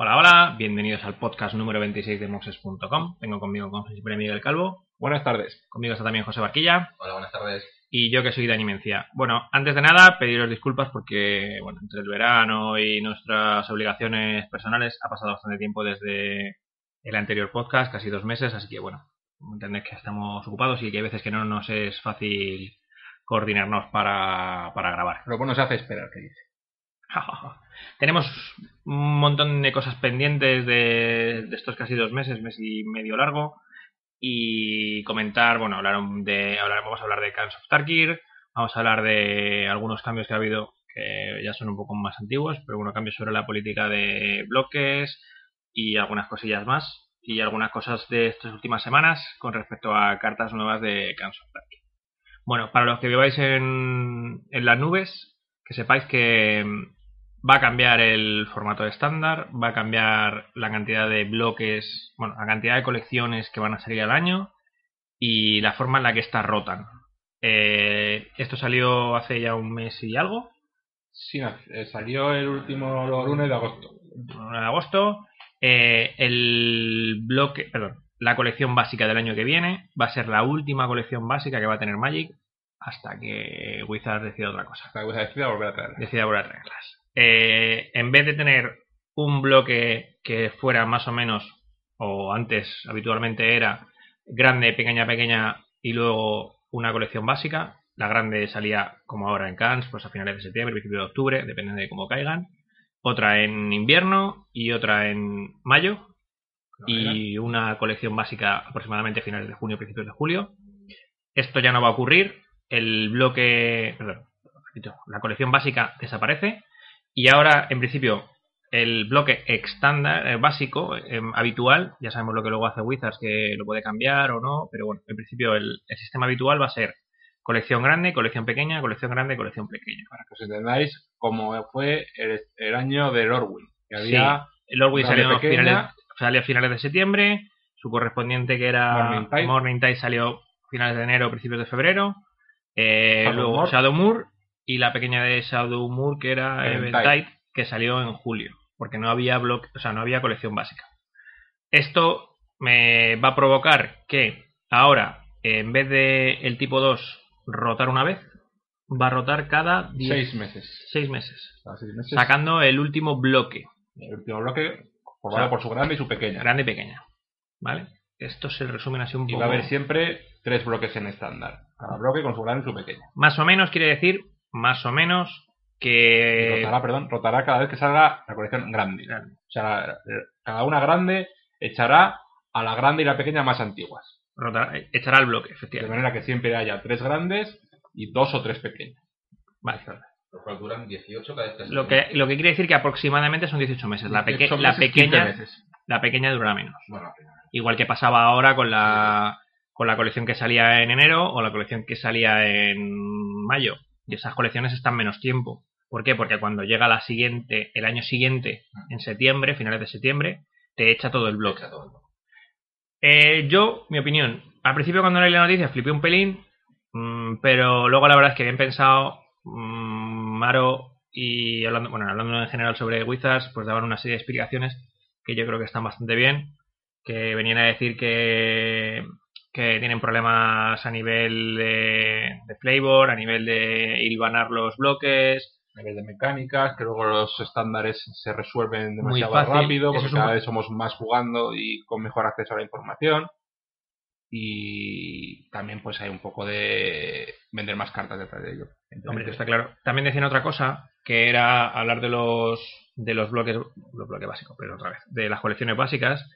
Hola, hola, bienvenidos al podcast número 26 de moxes.com. Tengo conmigo con Felipe Miguel Calvo. Buenas tardes. Conmigo está también José Barquilla. Hola, buenas tardes. Y yo que soy Dani Mencía. Bueno, antes de nada, pediros disculpas porque, bueno, entre el verano y nuestras obligaciones personales ha pasado bastante tiempo desde el anterior podcast, casi dos meses, así que, bueno, entendéis que estamos ocupados y que hay veces que no nos es fácil coordinarnos para, para grabar. Lo bueno se hace esperar, que dice. Tenemos un montón de cosas pendientes de, de, estos casi dos meses, mes y medio largo. Y comentar, bueno, hablaron de, hablar, vamos a hablar de Cans of Tarkir, vamos a hablar de algunos cambios que ha habido que ya son un poco más antiguos, pero bueno, cambios sobre la política de bloques y algunas cosillas más. Y algunas cosas de estas últimas semanas con respecto a cartas nuevas de Cans of Tarkir. Bueno, para los que viváis en, en las nubes, que sepáis que va a cambiar el formato estándar, va a cambiar la cantidad de bloques, bueno, la cantidad de colecciones que van a salir al año y la forma en la que estas rotan. Eh, esto salió hace ya un mes y algo. Sí, no, eh, salió el último lunes de agosto. Lunes de agosto. Eh, el bloque, perdón, la colección básica del año que viene va a ser la última colección básica que va a tener Magic hasta que Wizard decida otra cosa. Hasta que Wizard decida volver a traerlas. Decida volver a traerlas. Eh, en vez de tener un bloque que fuera más o menos, o antes habitualmente era grande, pequeña, pequeña, y luego una colección básica, la grande salía como ahora en Cannes, pues a finales de septiembre, principio de octubre, depende de cómo caigan, otra en invierno y otra en mayo, no, y era. una colección básica aproximadamente a finales de junio, principios de julio. Esto ya no va a ocurrir, el bloque, perdón, la colección básica desaparece, y ahora, en principio, el bloque estándar, básico, eh, habitual, ya sabemos lo que luego hace Wizards, que lo puede cambiar o no, pero bueno, en principio el, el sistema habitual va a ser colección grande, colección pequeña, colección grande, colección pequeña. Para que os entendáis cómo fue el, el año de Lorwyn. Que había sí, Lorwyn salió, salió, a finales de septiembre, su correspondiente que era Morning Tide, Morning Tide salió a finales de enero, principios de febrero, eh, Shadow luego Moore. Shadow Moore y la pequeña de Shadow Moore que era Eventide, que salió en julio, porque no había block, o sea, no había colección básica. Esto me va a provocar que ahora, en vez de el tipo 2 rotar una vez, va a rotar cada 10, seis meses. Seis meses, cada seis meses. Sacando el último bloque. El último bloque formado o sea, por su grande y su pequeña. Grande y pequeña. ¿Vale? Esto se resumen así un y poco. va a haber siempre tres bloques en estándar. Cada bloque con su grande y su pequeña. Más o menos quiere decir más o menos, que... Rotará, perdón, rotará cada vez que salga la colección grande. O sea, cada una grande echará a la grande y la pequeña más antiguas. Rotará, echará el bloque, efectivamente. De manera que siempre haya tres grandes y dos o tres pequeñas. Vale. Lo cual duran 18 cada vez lo que, lo que quiere decir que aproximadamente son 18 meses. La, peque 18 meses, la pequeña meses. la pequeña durará menos. Bueno, Igual que pasaba ahora con la, con la colección que salía en enero o la colección que salía en mayo y esas colecciones están menos tiempo. ¿Por qué? Porque cuando llega la siguiente, el año siguiente, en septiembre, finales de septiembre, te echa todo el bloque. Eh, yo, mi opinión, al principio cuando leí la noticia flipé un pelín, mmm, pero luego la verdad es que bien pensado, mmm, Maro y hablando, bueno, hablando en general sobre Wizards, pues daban una serie de explicaciones que yo creo que están bastante bien, que venían a decir que que tienen problemas a nivel de, de, flavor, a nivel de hilvanar los bloques. A nivel de mecánicas, que luego los estándares se resuelven demasiado rápido, porque es un... cada vez somos más jugando y con mejor acceso a la información. Y también pues hay un poco de vender más cartas detrás de ello. Entonces, Hombre, está claro. También decían otra cosa, que era hablar de los de los bloques, los bloques básicos, pero otra vez, de las colecciones básicas,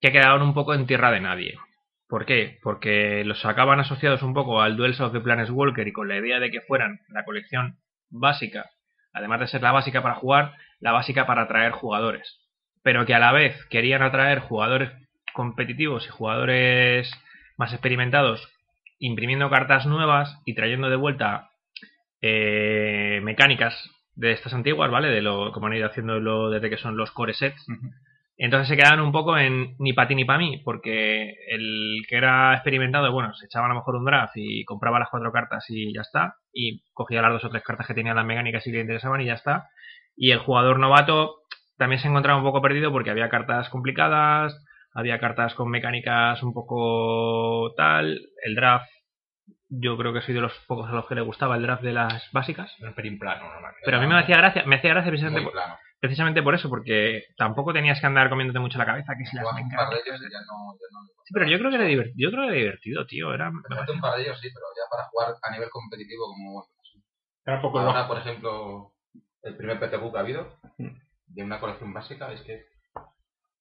que quedaban un poco en tierra de nadie. ¿Por qué? Porque los sacaban asociados un poco al Duels of the Planes Walker y con la idea de que fueran la colección básica, además de ser la básica para jugar, la básica para atraer jugadores. pero que a la vez querían atraer jugadores competitivos y jugadores más experimentados, imprimiendo cartas nuevas y trayendo de vuelta eh, mecánicas de estas antiguas, ¿vale? De lo como han ido haciendo desde que son los core sets. Uh -huh. Entonces se quedaban un poco en ni para ti ni para mí, porque el que era experimentado, bueno, se echaba a lo mejor un draft y compraba las cuatro cartas y ya está, y cogía las dos o tres cartas que tenían las mecánicas y le interesaban y ya está. Y el jugador novato también se encontraba un poco perdido porque había cartas complicadas, había cartas con mecánicas un poco tal, el draft yo creo que soy de los pocos a los que le gustaba el draft de las básicas. Pero pelín plano, normalmente. Pero a mí me hacía gracia, me hacía gracia precisamente, por, precisamente por, eso, porque tampoco tenías que andar comiéndote mucho la cabeza, que si las un par de ellos ya no, ya no Sí, pero yo creo que era divertido, yo creo que era divertido, tío, era un par de ellos sí, pero ya para jugar a nivel competitivo como era poco Ahora, loco. por ejemplo, el primer PTQ que ha habido Mm. de una colección básica es que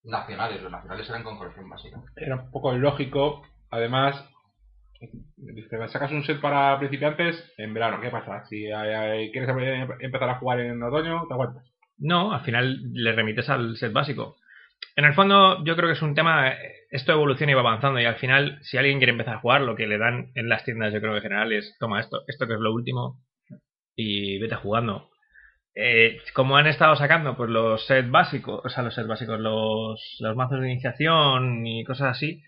nacionales, los nacionales eran con colección básica. Era un poco lógico, además Dice, sacas un set para principiantes en verano, ¿qué pasa? Si quieres empezar a jugar en otoño, te aguantas. No, al final le remites al set básico. En el fondo, yo creo que es un tema, esto evoluciona y va avanzando, y al final, si alguien quiere empezar a jugar, lo que le dan en las tiendas, yo creo que en general es, toma esto, esto que es lo último, y vete jugando. Eh, como han estado sacando pues los sets básicos, o sea, los sets básicos, los, los mazos de iniciación y cosas así,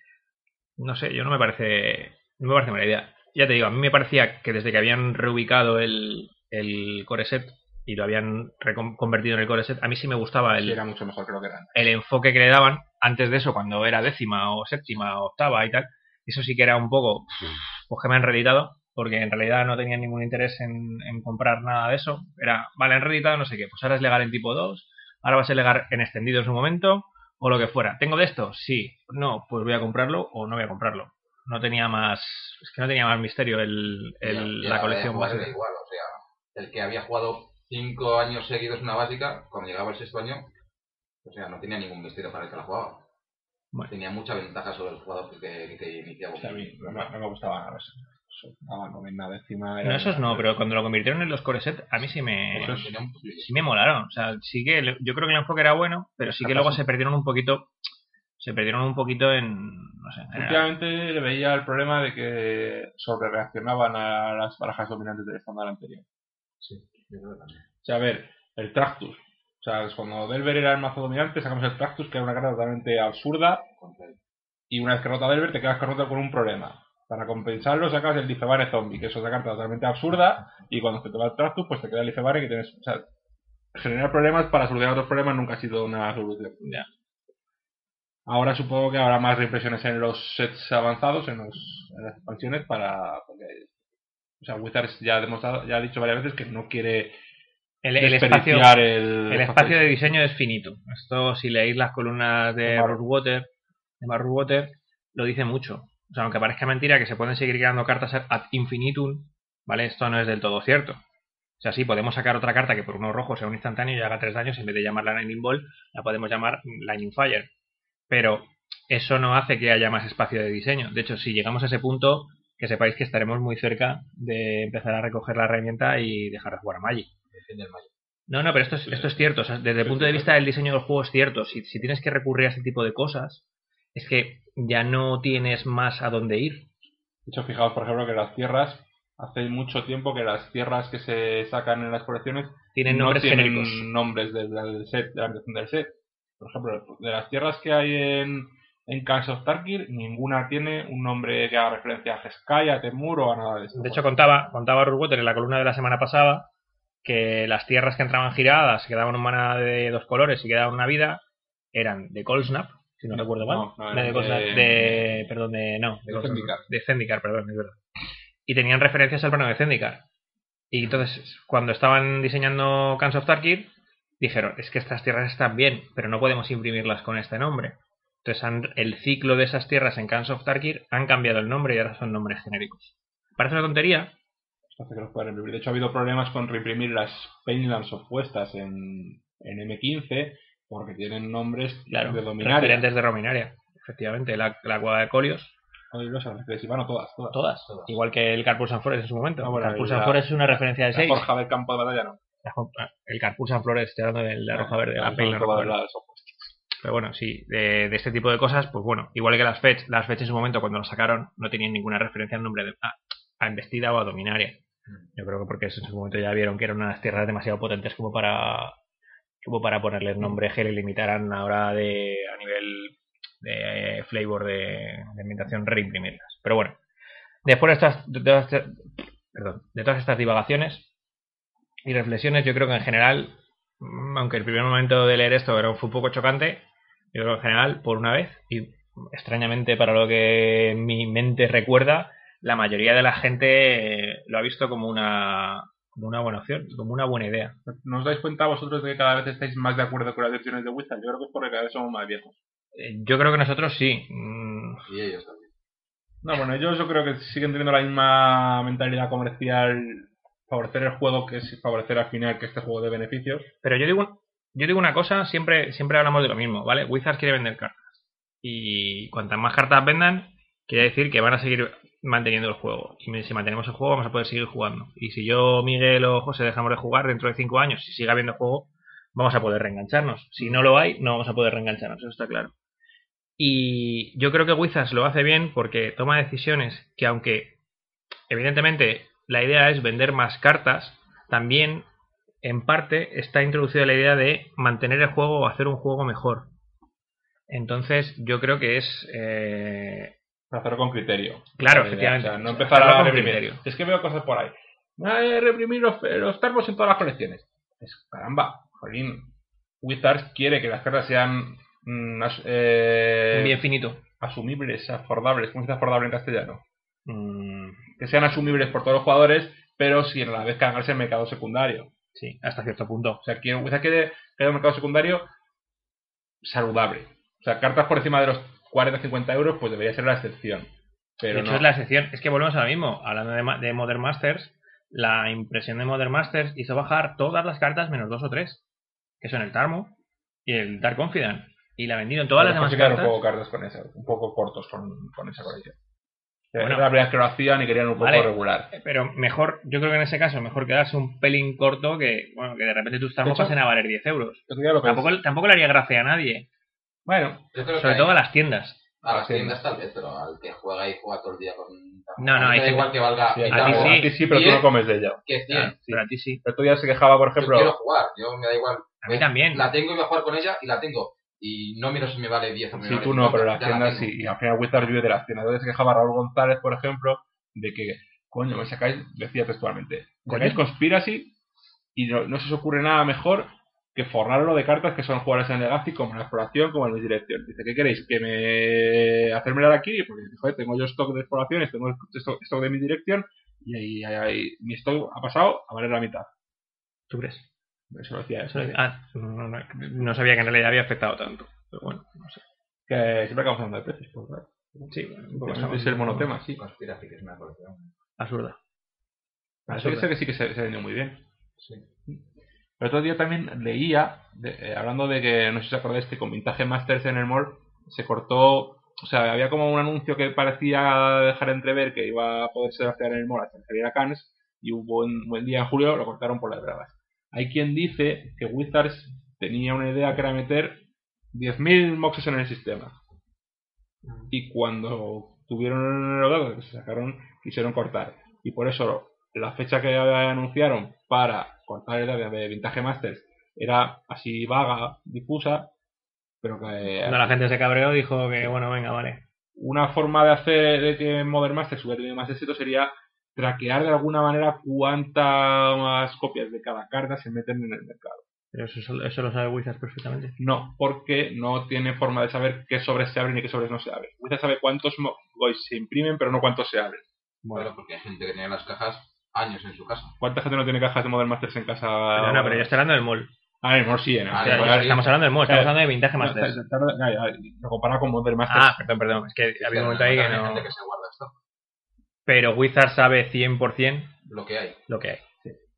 no sé, yo no me parece no me parece mala idea. Ya te digo, a mí me parecía que desde que habían reubicado el, el core set y lo habían convertido en el core set, a mí sí me gustaba el, sí, era mucho mejor que lo que eran. el enfoque que le daban antes de eso, cuando era décima o séptima o octava y tal. Eso sí que era un poco, pues que me han reeditado, porque en realidad no tenía ningún interés en, en comprar nada de eso. Era, vale, han reeditado no sé qué, pues ahora es legal en tipo 2, ahora va a ser legal en extendido en su momento, o lo que fuera. ¿Tengo de esto? Sí. No, pues voy a comprarlo o no voy a comprarlo no tenía más es que no tenía más misterio el, el ya, ya la colección de básica igual o sea el que había jugado cinco años seguidos una básica cuando llegaba el sexto año o sea no tenía ningún misterio para el que la jugaba bueno. tenía mucha ventaja sobre el jugador que te, que te iniciaba o sea, a mí no, me, no me gustaba nada eso Estaban con nada encima. No, esos no, pero cuando lo convirtieron en los core set, a mí sí me, pues sí me molaron. O sea, sí que yo creo que el enfoque era bueno, pero sí que luego se perdieron un poquito se perdieron un poquito en. No sé, en Últimamente general. le veía el problema de que sobre reaccionaban a las barajas dominantes del estándar anterior. Sí, yo creo que también. O sea, a ver, el Tractus. O sea, cuando Delver era el mazo dominante, sacamos el Tractus, que era una carta totalmente absurda. Y una vez que rota Delver, te quedas rota con un problema. Para compensarlo, sacas el Difebare Zombie, que es otra carta totalmente absurda. Y cuando se te va el Tractus, pues te queda el Difebare que tienes. O sea, generar problemas para solucionar otros problemas nunca ha sido una solución. Ya. Ahora supongo que habrá más reimpresiones en los sets avanzados, en, los, en las expansiones, para. Porque, o sea, Wizards ya ha, demostrado, ya ha dicho varias veces que no quiere. El, el espacio, el, el, el espacio de diseño es finito. Esto, si leéis las columnas de Water, de Mark Water, lo dice mucho. O sea, aunque parezca mentira que se pueden seguir creando cartas ad infinitum, ¿vale? Esto no es del todo cierto. O sea, sí, podemos sacar otra carta que por uno rojo sea un instantáneo y haga tres daños, en vez de llamarla Lightning Ball, la podemos llamar Lightning Fire pero eso no hace que haya más espacio de diseño. De hecho, si llegamos a ese punto, que sepáis que estaremos muy cerca de empezar a recoger la herramienta y dejar de jugar a Magic. No, no, pero esto es, esto es cierto. O sea, desde el punto de vista del diseño del juego es cierto. Si, si, tienes que recurrir a ese tipo de cosas, es que ya no tienes más a dónde ir. De hecho, fijaos, por ejemplo, que las tierras, hace mucho tiempo que las tierras que se sacan en las colecciones tienen no nombres tienen genéricos. nombres del, del set, de la del set por ejemplo, de las tierras que hay en, en Kans of Tarkir, ninguna tiene un nombre que haga referencia a Heskai, a Temur o a nada de eso. De hecho, contaba, contaba Ruthwater en la columna de la semana pasada que las tierras que entraban giradas, que daban un mana de dos colores y que daban una vida, eran de Coldsnap, si no, no recuerdo mal. No, no, no eh, de, Coldsnap, de, de, Perdón, de. No, Ah, de, Zendikar. De Zendikar, perdón, es verdad. Y tenían referencias al plano de Zendikar. Y entonces, cuando estaban diseñando Kans of Tarkir, dijeron, es que estas tierras están bien, pero no podemos imprimirlas con este nombre. Entonces han, el ciclo de esas tierras en Cans of Tarkir han cambiado el nombre y ahora son nombres genéricos. Parece una tontería. De hecho ha habido problemas con reimprimir las Painlands opuestas en, en M15 porque tienen nombres claro, de Dominaria. Referentes de Dominaria, efectivamente. La, la cueva de Colios. Colios, las bueno, todas, todas, todas. Todas. Igual que el Carpulsan Forest en su momento. No, Ah, bueno, el Carpulsan Forest es una referencia de 6. La forja del campo de batalla no el Carpulsan Flores, estoy hablando de Ah, la roja verde, la, la, la, la roja verde. Pero bueno, sí, de, de este tipo de cosas, pues bueno, igual que las fetch, las fetch en su momento cuando las sacaron no tenían ninguna referencia al nombre de, a, a embestida o a dominaria. Yo creo que porque en su momento ya vieron que eran unas tierras demasiado potentes como para como para ponerles nombre que le limitaran ahora de a nivel de flavor de, de ambientación reimprimirlas. Pero bueno, después de estas de todas, estas- perdón, de todas estas divagaciones y reflexiones, yo creo que en general, mm, aunque el primer momento de leer esto era, fue un poco chocante, yo creo que en general, por una vez, y extrañamente para lo que mi mente recuerda, la mayoría de la gente eh, lo ha visto como una, como una buena opción, como una buena idea. ¿No os dais cuenta vosotros de que cada vez estáis más de acuerdo con las decisiones de Wizard? Yo creo que es porque cada vez somos más viejos. Eh, Yo creo que nosotros sí. mm, Y ellos también. No, bueno, ellos yo creo que siguen teniendo la misma mentalidad comercial, favorecer el juego, que es favorecer al final que este juego de beneficios. Pero yo digo, un- yo digo una cosa, siempre, siempre hablamos de lo mismo, ¿vale? Wizards quiere vender cartas. Y cuantas más cartas vendan, quiere decir que van a seguir manteniendo el juego. Y me- si mantenemos el juego, vamos a poder seguir jugando. Y si yo, Miguel o José dejamos de jugar dentro de cinco años, si sigue habiendo juego, vamos a poder reengancharnos. Si no lo hay, no vamos a poder reengancharnos, eso está claro. Y yo creo que Wizards lo hace bien porque toma decisiones que aunque evidentemente la idea es vender más cartas, también en parte está introducida la idea de mantener el juego o hacer un juego mejor. Entonces yo creo que es... eh, Hacerlo con criterio. Claro, La idea, efectivamente. o sea, no empezar a Hacerlo con reprimir. criterio. Es que veo cosas por ahí. Ah, reprimir los, los Star Wars en todas las colecciones. Es, caramba, jolín. Wizards quiere que las cartas sean mm, as- eh, Bien finito. asumibles, afordables. ¿Cómo se dice afordable en castellano? Mm, Que sean asumibles por todos los jugadores, pero sin a la vez cargarse el mercado secundario. sí, hasta cierto punto. O sea, quiero, quizás quede, quede un mercado secundario saludable. O sea, cartas por encima de los 40-50 euros, pues debería ser la excepción. Pero de hecho, no. es la excepción. Es que volvemos a lo mismo. Hablando de, ma- de Modern Masters, la impresión de Modern Masters hizo bajar todas las cartas menos dos o tres, que son el Tarmo y el Dark Confidant. Y la vendieron todas las Pero demás se quedaron cartas. un poco cartas con esa, un poco cortos con, con esa colección. Era Bueno. la primera vez que lo hacían y querían un poco Vale. regular. Eh, Pero mejor, yo creo que en ese caso, mejor quedarse un pelín corto que, bueno, que de repente tus Tarmo hecho- pues- pasen a valer 10 euros. Yo diría lo que Tampoco, es. tampoco le haría gracia a nadie, Bueno, Yo creo que sobre ahí- todo a las tiendas. a las Sí. tiendas tal vez, pero al que juega y juega todo el día con... No, no, A mí me hay da gente- igual que valga sí, mi a ti tarro sí. a ti sí, pero tú Bien. no comes de ella. que 100. Claro, Ah, Pero a ti sí. El otro día se quejaba, por Yo quiero ejemplo, jugar, yo me da igual. A mí también. La tengo y voy a jugar con ella y la tengo. Y no miro si me vale 10 o me si vale tú no, 50, pero las ya la tiendas tengo. sí. Y al final Wizards vive de las tiendas. Entonces se quejaba Raúl González, por ejemplo, de que, coño, me sacáis, decía textualmente, me sacáis Conspiracy y no, no se os ocurre nada mejor que forrarlo de cartas que son jugables en Legacy, como en la exploración, como en la dirección. Dice, ¿qué queréis? ¿Que me hacerme la aquí? Porque joder, tengo yo stock de exploraciones, tengo stock, stock de mi dirección y ahí, ahí- ahí- mi stock ha pasado a valer la mitad. ¿Tú crees? Eso lo decía. Eso Eso lo- ah, no, no, no, no sabía que en realidad había afectado tanto. Pero bueno, no sé. Que siempre acabamos hablando de precios, por favor. Sí, bueno, pues Pues no, es el monotema, sí. Conspiracy, que es una colección. Absurda. Así que Absurda. sé que sí que se, se vendió muy bien. Sí. El otro día también leía, de- eh, hablando de que, no sé si os acordáis, que con Vintage Masters en el mall se cortó, o sea, había como un anuncio que parecía dejar entrever que iba a poderse hacer en el mall hasta que saliera Cannes, y un buen, buen día en julio lo cortaron por las bravas. Hay quien dice que Wizards tenía una idea que era meter 10.000 moxes en el sistema. Y cuando tuvieron el datos que se sacaron, quisieron cortar. Y por eso la fecha que anunciaron para cortar el día de Vintage Masters era así vaga, difusa, pero que Cuando la gente se cabreó, dijo que bueno, venga, vale. una forma de hacer de que Modern Masters hubiera tenido más éxito sería traquear de alguna manera cuántas copias de cada carta se meten en el mercado. Pero eso, eso lo sabe Wizards perfectamente. No, porque no tiene forma de saber qué sobres se abren y qué sobres no se abren. Wizards sabe cuántos mo- goys se imprimen, pero no cuántos se abren. Bueno, porque hay gente que tiene las cajas años en su casa. ¿Cuánta gente no tiene cajas de Modern Masters en casa? Pero no, pero yo estoy hablando del mall. Ah, en Morsi, en Ah, O en- sea, vale, en- sí. estamos hablando del mall, estamos Claro. hablando de Vintage No, Masters. está- está- está- ya, ya, Lo compara con Modern Masters. Ah, perdón, perdón. Es que había un momento ahí que Hay gente no. que se guarda esto, Pero Wizards sabe 100% lo que hay. lo que hay.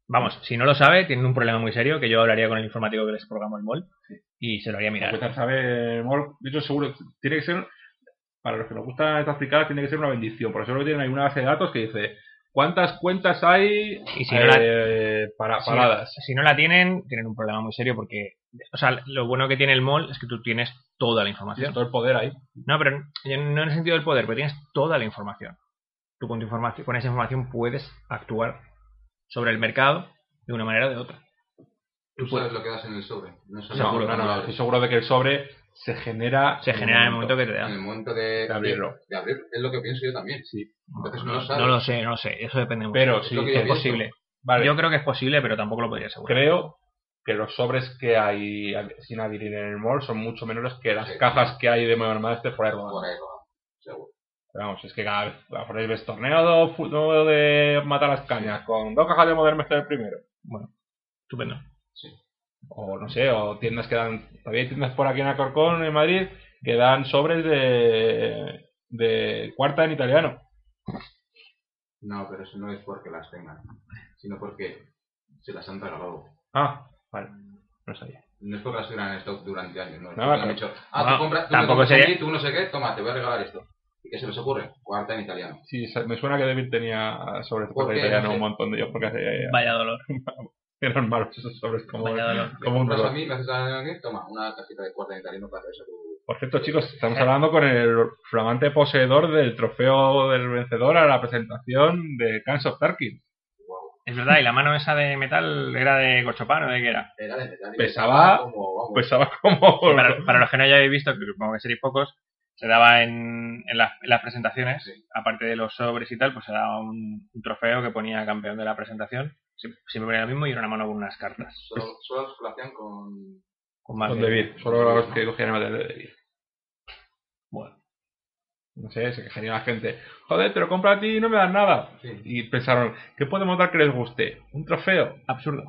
Vamos, si no lo sabe, tienen un problema muy serio que yo hablaría con el informático que les programó el mall y se lo haría mirar. Wizards sabe el mall. De hecho, seguro, tiene que ser, para los que nos gustan estas fricadas, tiene que ser una bendición. Por eso lo tienen, hay una base de datos que dice cuántas cuentas hay Y si no la- eh, para, Si- paradas. Si, no la tienen, tienen un problema muy serio porque, o sea, lo bueno que tiene el mall es que tú tienes toda la Tienes información. todo el poder ahí. No, pero n- no en el sentido del poder, pero tienes toda la información. Tú con, tu información, con esa información puedes actuar sobre el mercado de una manera o de otra. Tú Pues- sabes lo que das en el sobre. No sabes Seguro, lo no, que no, abres. estoy seguro de que el sobre se genera. Se genera en el momento que te En el dan. momento de, De abrirlo. de abrir, es lo que pienso yo también. Sí. Entonces no lo No sabes. lo sé, no lo sé. Eso depende mucho. Pero Es sí, lo que es yo pienso. posible. vale. Yo creo que es posible, pero tampoco lo podría asegurar. creo que los sobres que hay sin adquirir en el mall son mucho menores que las Sí. cajas que hay de Master por ahí rodando. Por ahí, no, seguro. Pero vamos, es que cada vez a por ahí ves torneo de, fu- no de matar las cañas con dos cajas de Modern Master primero. Estupendo. O no sé, o tiendas que dan. Todavía hay tiendas por aquí en Alcorcón, en Madrid, que dan sobres de, de cuarta en italiano. No, pero eso no es porque las tengan, sino porque se las han regalado. Ah, vale. No sabía. No es porque las tuvieran en stock durante años, no. es No, porque pero- han dicho, ah, no, tú compras, tú me tampoco compras a sería- mí, tú no sé qué, toma, te voy a regalar esto. ¿Y qué se les ocurre? Cuarta en italiano. Sí, sa- me suena que David tenía sobres de ¿Por cuarta qué? en italiano No sé. un montón de ellos porque eh, Vaya dolor. eran malos esos sobres como, Vaya dolor. Me como un compras pues reloj. a mí, me haces a mí, toma, una cajita de cuarta en italiano para eso tú. Por cierto, chicos, estamos Eh. hablando con el flamante poseedor del trofeo del vencedor a la presentación de Cans of Tarkin. Es verdad, y la mano esa de metal era de Gochopano, ¿de qué era? Era de metal y Pesaba- como, vamos, pues, Pesaba como. Oh, Para, para los que no hayáis visto, que supongo que seréis pocos, se daba en, en las, en las presentaciones, Sí. aparte de los sobres y tal, pues se daba un, un trofeo que ponía campeón de la presentación. Sie- Siempre ponía lo mismo y era una mano con unas cartas. solo, solo los relacionan con. Con más eh. Con de- David, solo los que cogían el material de David. Bueno. No sé, se quejaría la gente. Joder, te lo compro a ti y no me das nada. Sí. Y pensaron, ¿qué podemos dar que les guste? ¿Un trofeo? Absurdo.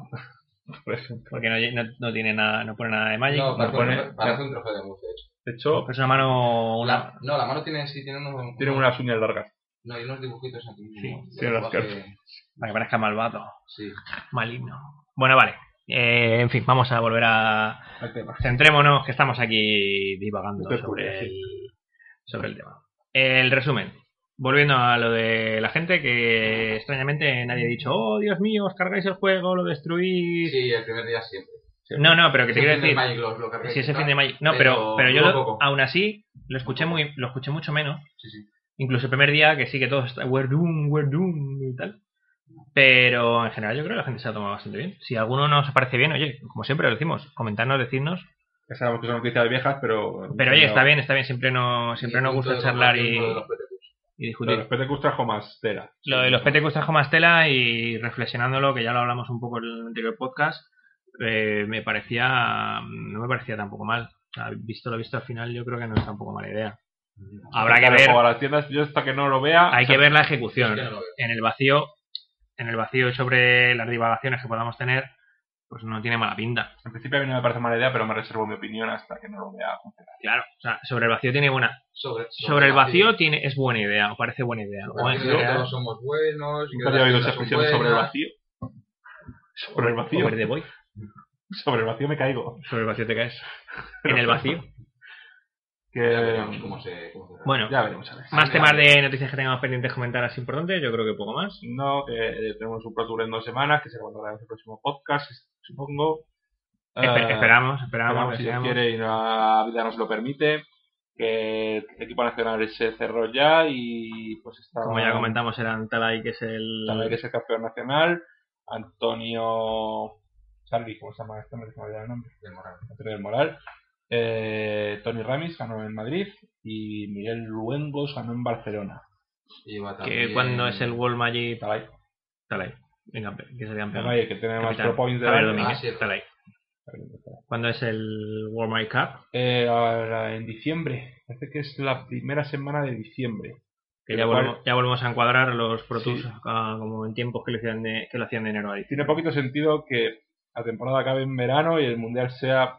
Por ejemplo. Porque no, lle- no- no tiene nada, no pone nada de Magic. No, para- parece, pone- un trofe- parece un trofeo de música, de hecho. De hecho, Es una mano. La- Una, no, la mano tiene, sí, tiene unos. tienen unas uñas largas. No, hay unos dibujitos aquí. como de tiene las lenguaje- para que parezca malvado. Sí. Maligno. Bueno, vale. Eh, en fin, vamos a volver a, Al tema. centrémonos que estamos aquí divagando Esto es sobre curioso. el, sobre el tema. El resumen. Volviendo a lo de la gente, que extrañamente nadie ha dicho, oh Dios mío, os cargáis el juego, lo destruís. Sí, el primer día siempre. No, no, pero que te Ese quiero fin de decir, Magic lo- lo cargué si ese y fin tal. de mayo. No, pero, pero pero yo duró lo- poco. aún así lo escuché muy, lo escuché mucho menos. Sí, sí. Incluso el primer día, que sí que todo está, we're doomed, we're doomed y tal. Pero en general yo creo que la gente se ha tomado bastante bien. Si alguno nos parece bien, oye, como siempre lo decimos, comentarnos, decirnos Ya sabemos que son noticias viejas, pero. Pero oye, está bien, está bien, siempre no siempre Y nos punto gusta de charlar y, comparación con los PTQs. y Pero discutir. los PTQs trajo más tela. Lo de los PTQs trajo más tela y reflexionándolo, que ya lo hablamos un poco en el anterior podcast, eh, me parecía, no me parecía tampoco mal. O sea, Visto lo visto al final, yo creo que no es tampoco mala idea. Habrá que Sacar el ver, juego A las tiendas, yo hasta que no lo vea. hay que ver la Sí, ejecución. ya lo veo. En el vacío, en el vacío sobre las divagaciones que podamos tener, pues no tiene mala pinta. En principio a mí no me parece mala idea, pero me reservo mi opinión hasta que no lo vea funcionar. Claro, o sea, sobre el vacío tiene buena. Sobre, Sobre el vacío tiene es buena idea, o parece buena idea. O en Parece que general, todos somos buenos. Nunca y que pues, había oído las esa cosas expresión son sobre el buenas. vacío. Sobre el vacío. Over the Void. Sobre el vacío me caigo. Sobre el vacío te caes. En el vacío. Ya Que... veremos cómo se- cómo se- Bueno, Ya veremos, a ver. más temas de noticias que tengamos pendientes comentar así importantes, yo creo que poco más. No, que eh, tenemos un Pro Tour en dos semanas, que será cuando grabemos el próximo podcast, supongo. Espe- Eh, esperamos, esperamos, esperamos, si Dios esperamos. quiere y la vida nos lo permite. Que el equipo nacional se cerró ya y pues está... Como ya comentamos, eran Talay, que es el. También que es el campeón nacional. Antonio. Charlie, ¿cómo se llama este? Me se me olvidaba el nombre. Del Moral. Antonio del Moral. Eh, Tony Ramis ganó en Madrid. Y Miguel Luengos ganó en Barcelona. Y va Que también- cuando es el World Magic. Está ahí. Talay. Venga, que es el campeón. Bueno, oye, que tiene más Mm. Capitán. pro points de Javier la- Domínguez, Ah, sí. Talay. Cuando es el World Magic Cup, Eh, ahora, en diciembre. Parece que es la primera semana de diciembre. que ya Lo cual volvemos, ya volvemos a encuadrar los Pro Sí. Tours ah, como en tiempos que lo hacían de, que lo hacían de enero a diciembre. Tiene poquito sentido que la temporada acabe en verano y el mundial sea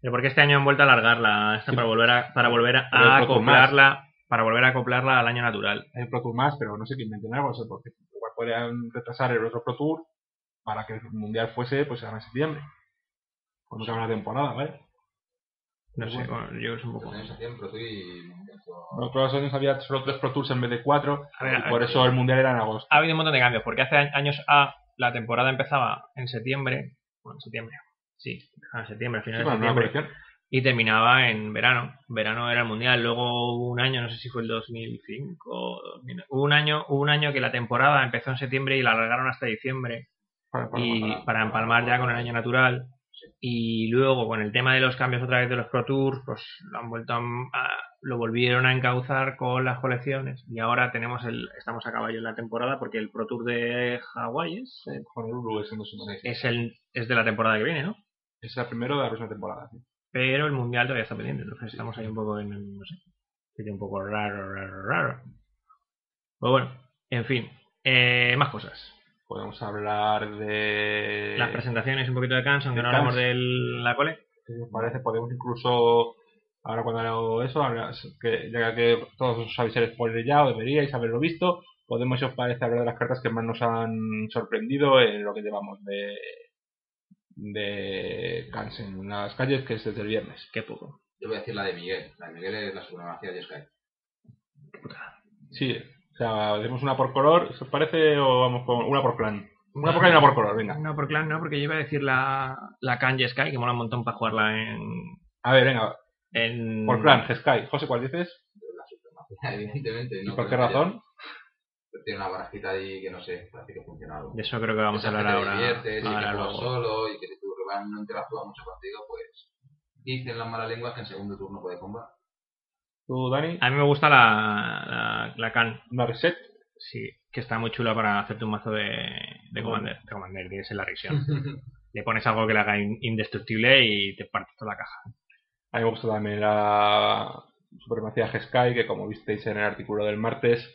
Pero porque este año han vuelto a alargarla, esta Sí. para volver a, para volver a Pero otro más. acoplarla, para volver a acoplarla al año natural. el Pro Tour más, pero no sé quién inventan algo, no sé por qué. Igual podrían retrasar el otro Pro Tour para que el Mundial fuese pues ahora en septiembre. Cuando acabe la temporada, ¿vale? No sé, Bueno. bueno, yo creo que es un poco. También se hacían, pero tú y- Los otros años había solo tres Pro Tours en vez de cuatro, A ver, a y ver. por eso el Mundial era en agosto. Ha habido un montón de cambios, porque hace a- años A la temporada empezaba en septiembre. Bueno, en septiembre. Sí, empezaba en septiembre, a Sí, finales de bueno, nueva septiembre. colección. y terminaba en verano. Verano era el mundial. Luego hubo un año, no sé si fue el 2005 o 2000, hubo un año, hubo un año que la temporada empezó en septiembre y la alargaron hasta diciembre Para- para y comparar. para empalmar ya con el año natural. Y luego con el tema de los cambios otra vez de los Pro Tours, pues lo han vuelto a, a- lo volvieron a encauzar con las colecciones y ahora tenemos el estamos a caballo en la temporada porque el Pro Tour de Hawái es, Honolulu es el segundo. es el es de la temporada que viene, ¿no? Es el primero de la próxima temporada. sí. pero el mundial todavía está pendiente, entonces estamos ahí un poco en, en- no sé, sitio un poco raro, raro, raro. Pues bueno, en fin, eh, más cosas. Podemos hablar de. Las presentaciones, un poquito de canso, aunque Eh, de no hablamos Cans. de la cole. Si os parece, podemos incluso, ahora cuando hago eso, ahora es que, ya que todos os habéis el spoiler ya o deberíais haberlo visto, podemos, si os parece, hablar de las cartas que más nos han sorprendido en lo que llevamos de de Cans en las calles, que es desde el viernes. Qué poco. Yo voy a decir la de Miguel. La de Miguel es la supremacía de Sky. Sí, o sea, hacemos una por color, si os parece, o vamos con una por clan. Una por clan y una por color, venga. No, por clan no, porque yo iba a decir la, la Kanji Sky, que mola un montón para jugarla en... A ver, venga, en por clan, Sky. José, ¿cuál dices? La supremacía, evidentemente. ¿Y No pues por qué creo que razón? haya- Tiene una barajita ahí que no sé, parece que funciona algo. De eso creo que vamos a Esa hablar gente ahora. divierte, si ahora que juega luego. solo y que si tu rival no interactúa mucho contigo, pues dicen las malas lenguas que en segundo turno puede combar. ¿Tú, Dani? A mí me gusta la, la, la Khan. Una reset. Sí, que está muy chula para hacerte un mazo de, de Commander. De Commander, tienes en la risión. Le pones algo que la haga in- indestructible y te partes toda la caja. A mí me gusta también la supremacía de Sky, que como visteis en el artículo del martes,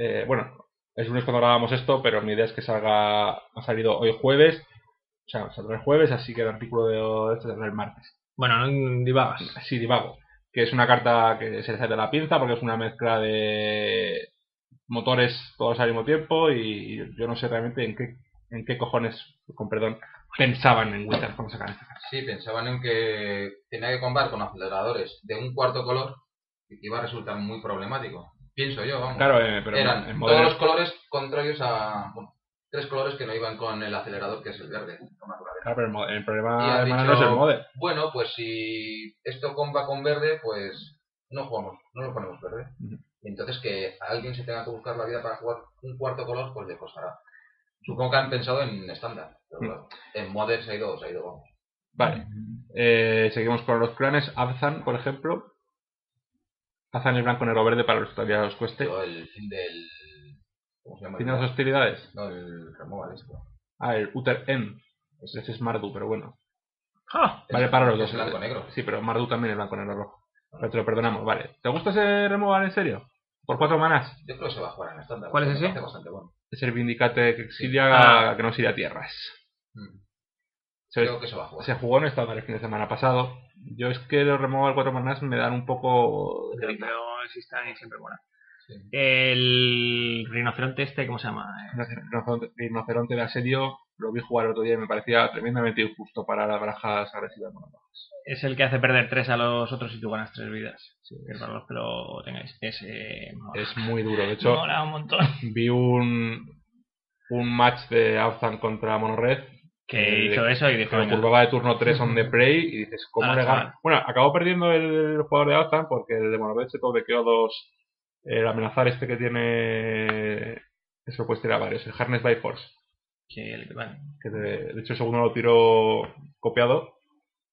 eh, bueno, es lunes cuando grabamos esto, pero mi idea es que salga, ha salido hoy jueves, o sea, saldrá el jueves, así que el artículo de este saldrá el martes. Bueno, no divagas. Así divago, que es una carta que se le sale de la pinza porque es una mezcla de motores todos al mismo tiempo y yo no sé realmente en qué, en qué cojones, con perdón, pensaban en Wizards cuando sacaron esta carta. Sí, pensaban en que tenía que combar con aceleradores de un cuarto color y que iba a resultar muy problemático. Pienso yo, vamos. Claro, eh, pero Eran en todos modelos los colores contrarios a... bueno, tres colores que no iban con el acelerador, que es el verde, con Claro, naturaleza. Ah, pero el, mo- el Y problema has de Mana no dicho- es el model. Bueno, pues si esto comba con verde, pues no jugamos, no lo ponemos verde. Ujú. Y entonces que alguien se tenga que buscar la vida para jugar un cuarto color, pues le costará. Supongo que han pensado en estándar, pero Mm. claro, en modern se ha ido, se ha ido. vamos. Vale. Eh, seguimos con los clanes. Abzan, por ejemplo. Abzan es blanco, negro, verde para los que todavía os cueste. Yo el fin del... ¿Cómo se llama? ¿Tiene las hostilidades? No, el removal este. esto. Ah, el Uter M. Ese es Mardu, pero bueno. ¡Ja! Vale, para los Es Ah. dos. blanco-negro. Sí, pero Mardu también es blanco, negro, rojo. Pero te lo perdonamos, vale. ¿Te gusta ese removal en serio? Por cuatro manás. Yo creo que se va a jugar en estándar. ¿Cuál es porque me ese? parece bastante bueno. Es el Vindicate que Ah. exilia, que no exilia tierras. Mm. Se- Creo que se va a jugar. Se jugó en estándar el fin de semana pasado. Yo es que los removal cuatro manás me dan un poco... de grima. Pero existan y siempre mola. Sí. El rinoceronte este, ¿cómo se llama? Rinoceronte- rinoceronte de asedio lo vi jugar el otro día y me parecía tremendamente injusto para las barajas agresivas monopajas. Es el que hace perder tres a los otros y tú ganas tres vidas. Que para los que lo tengáis. Ese mola, Es muy duro. De hecho, mola un montón. vi un, un match de Alzan contra Monored Que El- hizo eso y que dijo, lo venga, curvaba eh, de turno 3 on the play y dices, ¿cómo Ah, le chaval. gana? Bueno, acabó perdiendo el jugador de Alzan porque el de Monored se tobequeó dos. El amenazar este que tiene. Eso pues tirar varios. El Harness by Force. que el- bueno, Que de, de hecho, el segundo lo tiró copiado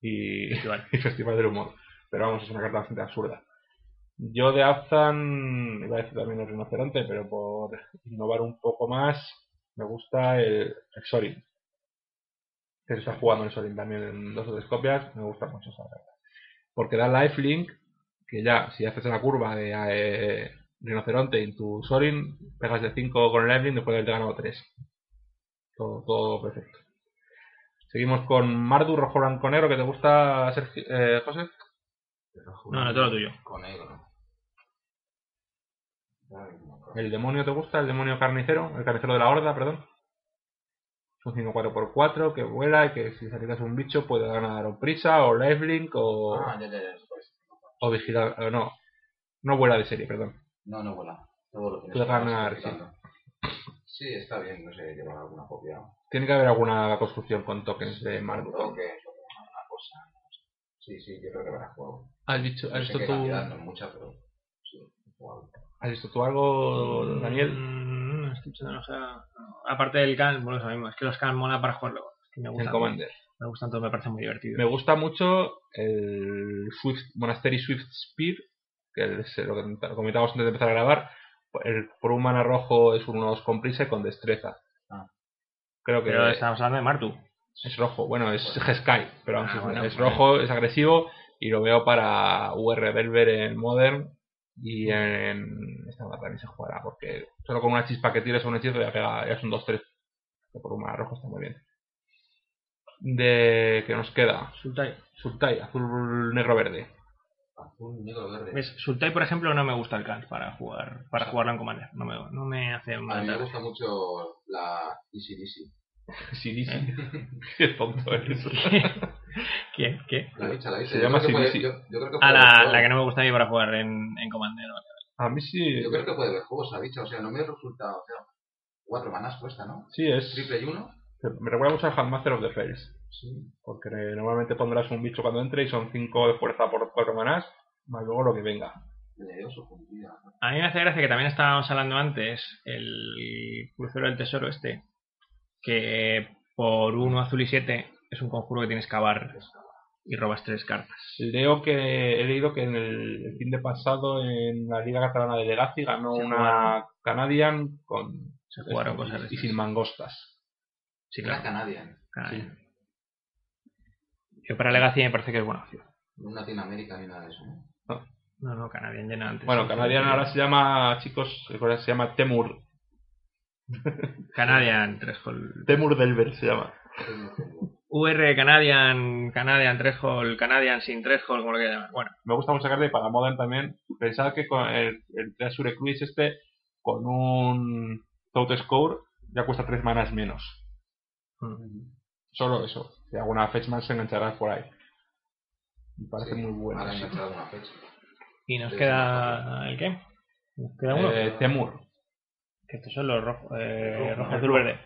y. que vale. y Festival del Humor. Pero vamos, es una carta bastante absurda. Yo de Afzan iba a decir también el rinoceronte, pero por innovar un poco más, me gusta el, el Sorin. Que se está jugando el Sorin también en dos o tres copias, me gusta mucho esa carta. Porque da lifelink, que ya, si haces la curva de eh, rinoceronte en tu Sorin, pegas de 5 con el lifelink después de haberte ganado 3. Todo, todo perfecto. Seguimos con Mardu Rojo Blanco Negro, que te gusta, Sergio, eh, José. No, no, todo lo tuyo. Con negro. Ay, no, con- El demonio te gusta, el demonio carnicero, el carnicero de la horda, perdón. Es un 5-4x4 que vuela y que si sacas un bicho puede ganar o prisa o lifelink o, Ah, ya, ya, ya. pues, o vigilar. eh, no, no vuela de serie, perdón. No, no vuela. Todo lo tienes Puede que ir ganar, explicando. Sí, está bien, no sé, llevar alguna copia. Tiene que haber alguna construcción con tokens de Mardu. Creo que es una cosa. Sí, sí, yo creo que habrá jugado. ¿Has visto, No has sé visto qué tú, cantidad, no es mucha, pero sí, jugado. has visto tú algo, Daniel? Mm, estoy echando, o sea, aparte del Khan, bueno, es lo mismo. Es que los Khan mola para jugar luego. Es que me El gustan. Commander. Me gustan todos, me parece muy divertido. Me gusta mucho el Swift, Monastery Swift Spear, que es lo que comentábamos antes de empezar a grabar. El, por un mana rojo es unos con prisa y con destreza. Ah. Creo que Pero estamos hablando de Martu. es rojo. Bueno, es Sky, pero vamos, Ah, es- bueno, es bueno. rojo, es agresivo y lo veo para UR Velver en Modern Mm. y en esta mapa también se jugará porque solo con una chispa que tires a un hechizo ya pega, ya es un 2-3. Que por un mana rojo está muy bien. De que nos queda Sultai. Sultai, azul negro verde. Azul, negro, verde. ¿Ves? Sultai, por ejemplo, no me gusta el Khan para jugar para jugarlo en Commander. No me, no me hace A mí me mal. gusta mucho la Easy Dizzy. Sí, sí. Qué tonto eres. ¿Quién? ¿Qué? La dicha, la dicha. Se Yo llama creo que puede- Easy Dizzy. Yo, yo creo que Ah, puede la, haber la que juegos. no me gusta a mí para jugar en, en Commander. vale. A mí sí. Yo creo que puede haber juegos a dicha. O sea, no me resulta. O sea, cuatro manas cuesta, ¿no? Sí, es. Triple y uno. Me recuerda mucho al Handmaster of the Fails. Sí. Porque normalmente pondrás un bicho cuando entre y son 5 de fuerza por 4 manás, más luego lo que venga. Le dio su puntilla. A mí me hace gracia que también estábamos hablando antes, el crucero del tesoro este, que por 1 azul y 7 es un conjuro que tienes cavar y robas tres cartas. Leo que he leído que en el, el fin de pasado en la Liga Catalana de Legacy ganó Se una Canadian con Se jugaron cosas de y esas. sin mangostas. Sí, Era claro. Canadian. Ah, sí. Yo para Legacy me parece que es buena opción. No en Latinoamérica ni nada de eso, ¿no? No, no, Canadian llena antes. Bueno, Sí, Canadian sí. ahora se llama, chicos, ahora se llama Temur. Canadian 3 Hole. Temur Delver se llama. Entonces no tengo- UR Canadian, Canadian 3 Hole, Canadian sin 3 Hole, como lo quieras llamar. Bueno, me gusta mucho carta y para Modern también. Pensad que con el, el Treasure Cruise este, con un Tote Score, ya cuesta 3 manas menos. Solo eso. Si alguna Fetchman se enganchará por ahí. Me parece Sí, muy bueno. Ahora he sí. enganchado una fecha. y nos Sí, queda. ¿El qué? Nos queda uno. Eh, Temur. que estos son los rojos, eh, rojo, rojo, el azul, rojo. verde.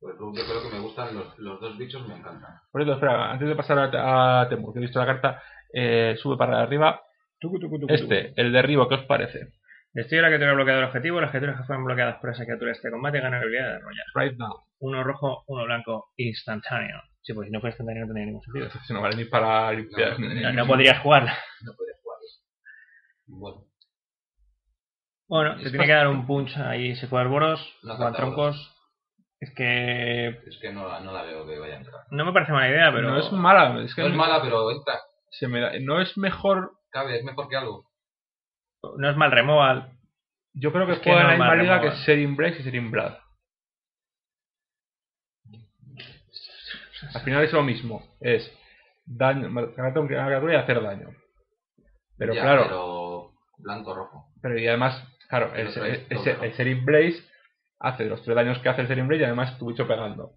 Pues yo creo que me gustan los, los dos bichos, me encantan. Por cierto, espera, antes de pasar a, a Temur, que he visto la carta, eh, sube para arriba. Tucu, tucu, tucu, tucu. Este, el derribo, ¿qué os parece? Destruye la criatura bloqueada del objetivo. Las criaturas que fueron bloqueadas por esa criatura este combate ganan la habilidad de desarrollar. Right now. Uno rojo, uno blanco, instantáneo. Sí, pues si no fuera instantáneo no tendría ningún sentido. Si este no vale ni para limpiar. No, no, No, no podrías jugarla. No podría jugar eso. Bueno, Bueno, Es se tiene que dar un punch. Ahí se juega el boros, No juegan falta troncos. Es que es que no, la- no la veo que vaya a entrar. no me parece mala idea, pero... No es mala, es que No es mala, pero entra. se me da- no es mejor Cabe, es mejor que algo. no es mal removal. Yo creo que Es que juega en no la es misma más liga que removal. Serin Breaks y Serin Blood. Al final es lo mismo. Es daño, ganarte una criatura y hacer daño. Pero Ya, claro, pero... Pero blanco-rojo. y además, claro, el, Pero traes el- el- doble, ¿no? el Serin Blaze hace los tres daños que hace el Serin Blaze y además tu bicho pegando.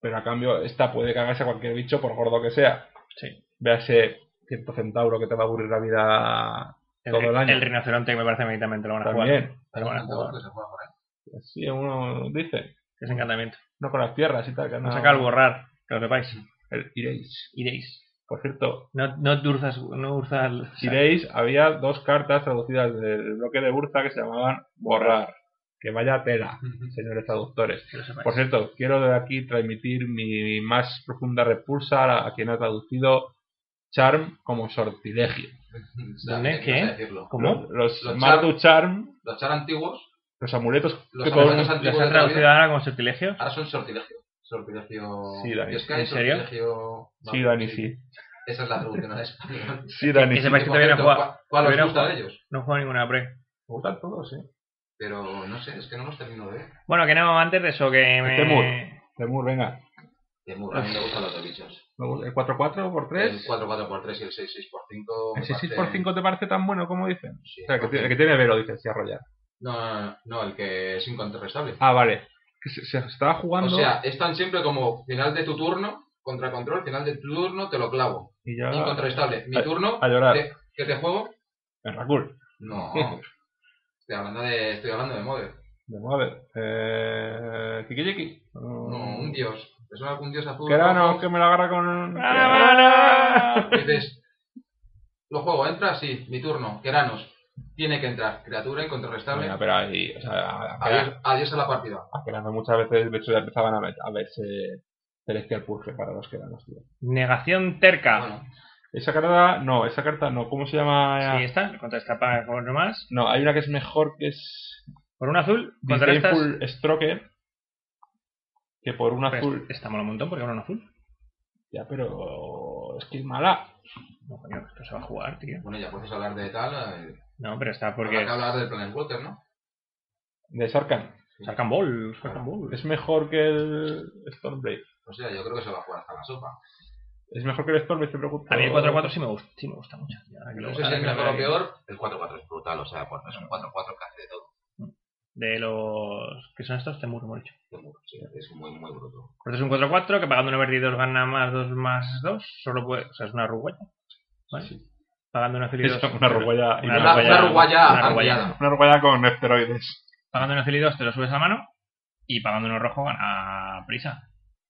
Pero a cambio, esta puede cagarse a cualquier bicho por gordo que sea. Sí. Véase cierto centauro que te va a aburrir la vida El, todo el año. el rinoceronte que me parece meditamente lo van a jugar. también. Pero van a jugar. Que se juega por ahí. Así uno dice. Es encantamiento. No con las tierras y tal, que No no. saca el borrar, que lo sepáis. El Ireis. Iréis. Por cierto, No, no durzas, no urzas el- Ireis había dos cartas traducidas del bloque de Burza que se llamaban Borrar. Que vaya tela, señores traductores. que lo sepáis. Por cierto, quiero de aquí transmitir mi más profunda repulsa a, a quien ha traducido Charm como sortilegio. O sea, ¿Dónde? no sé ¿Qué? decirlo. ¿Cómo? Los, Los Mardu Charm, Los char antiguos los amuletos Los que todo el amuletos mundo- antiguos. Ah. ¿Las han traducido ahora como sortilegio? ahora son sortilegio. Sortilegio. Sí, Dani. Dios, que ¿En hay serio? sortilegio- Sí, Dani, sí. Esa es la traducción al español. Sí, Dani. Que sí. sepáis que te viene a Por cierto, jugar. ¿cuál- ¿Cuál os Todavía no gusta de juega. ellos? No juego ninguna pre. Me gustan todos, sí. Pero no sé, es que no los termino de ver. Bueno, que no, antes de eso, que me. Temur. Temur, venga. Temur, a mí me gustan los dos bichos. Me gusta- El 4-4 por 3 El 4-4x3 y el 6-6x5. me ¿Ese 6 por parecen- 5 te parece tan bueno como dicen? Sí, O sea, el que, tiene- el que tiene velo, dicen, si arrollar. No, no, no, no, el que es incontestable. Ah, vale. Que se, se estaba o jugando sea, es tan simple como final de tu turno, contra control, final de tu turno, te lo clavo. y ya... Incontestable. Mi a- turno, A llorar. te- ¿qué te juego? En Rakul. No. estoy hablando de. Estoy hablando de Mother. Vamos a ver. Eh... Kikiyiki. No, un dios. ¿Te suena algún dios azul? Querano, rojo? que me la agarra con un... Ah, Este Dices, lo juego, entra, sí, mi turno, Keranos. Tiene que entrar, criatura incontrarrestable. Venga, pero ahí, o sea, a- a- adiós, adiós a la partida. a Querano muchas veces, de hecho, ya empezaban a, ver- a verse Celestial Purge para los Queranos, tío. Negación terca. Bueno, Esa carta, no, esa carta no, ¿cómo se llama? Sí, está. Contrastapa con nomás. No, hay una que es mejor que es Por un azul, contrarrestas. Disdainful Stroker, que por un Pero azul... Está pues, mola un montón porque ahora un azul. Ya, pero es que es mala. No, coño, esto se va a jugar, tío. bueno, ya puedes hablar de tal. eh, No, pero está Habrá porque. que hablar del Planeswalker, ¿no? De Sarkhan. Sacan bol, sacan bol. Es mejor que el Stormblade. O sea, yo creo que se va a jugar hasta la sopa. Es mejor que el Stormblade, te pregunto. A mí el 4-4 sí me gusta, sí me gusta mucho. tío. Ahora que lo- No sé si ahora es que lo mejor veo o aquí. peor. El 4-4 es brutal, o sea, pues es un 4-4 que hace de todo. De los. que son estos? este Temur, hemos dicho. de mucho, sí, Es muy, muy bruto. Porque es un 4-4 que pagando 9 verde 2 gana más 2 más 2. Solo puede. O sea, es una arruguaya. ¿Vale? Pagando una fili 2. Una ruguaya. Una Una, arrugallada, una una uruguaya arrugallada. ampliada. Una ruguaya con esteroides. Pagando una fili 2 te lo subes a mano. Y pagando uno rojo gana prisa.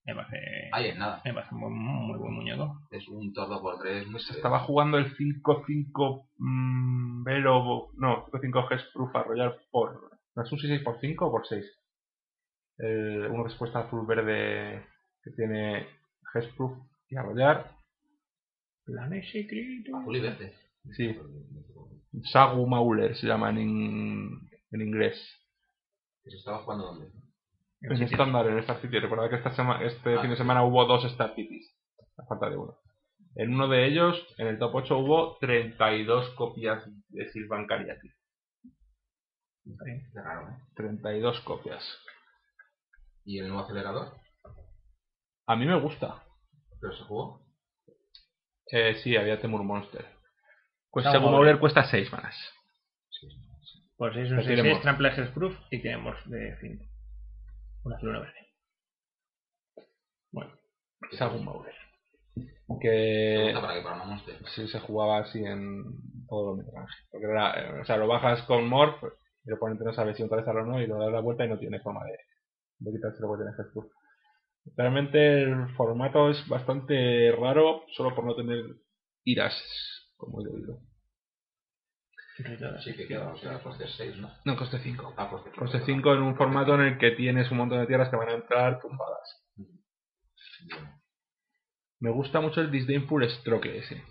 Me parece. Ahí es nada. Me parece un buen- muy buen muñeco. Es un tordo por tres muy serio. Estaba jugando el 5-5 mm, Velo. No, 5-5 Hexproof a Royal por. ¿No es un 6 por 5 o por 6? Eh, una respuesta azul-verde que tiene Hexproof y Arrollar. Planes secretos. Azul y verde. Sí, Sagu Mauler se llama en, in- en inglés. ¿Se estaba jugando dónde? pues Es estándar en Star City. Recordad que esta sema- este Ah. fin de semana hubo dos Star Cities, a falta de uno. En uno de ellos, en el top 8, hubo 32 copias de Silvan Kariaki. Qué raro, ¿eh? 32 copias. ¿Y el nuevo acelerador? A mí me gusta. ¿Pero se jugó? Eh, sí, había Temur Monster. Pues Sagu Sagu Mauler. Mauler cuesta 6 manas. Por 6 un Que tiene 6 morph. trample Hexproof y tiene morph de 5. Una azul, una verde. Sagu Mauler. Eh. ¿Te Que gusta para que para una monster? sí, pues, se jugaba así en todo lo metraje. Porque era, eh, o sea, lo bajas con Morph, pues, el oponente no sabe si otra vez o no, y lo das la vuelta y no tiene forma de, de quitarse lo que tiene Hexproof. Realmente el formato es bastante raro, solo por no tener iras, como he debido. Sí, que queda, o sea, coste 6, ¿no? No, coste 5. Ah, coste 5. Coste 5 Pues en un formato en el que tienes un montón de tierras que van a entrar tumbadas. Me gusta mucho el Disdainful Stroke ese.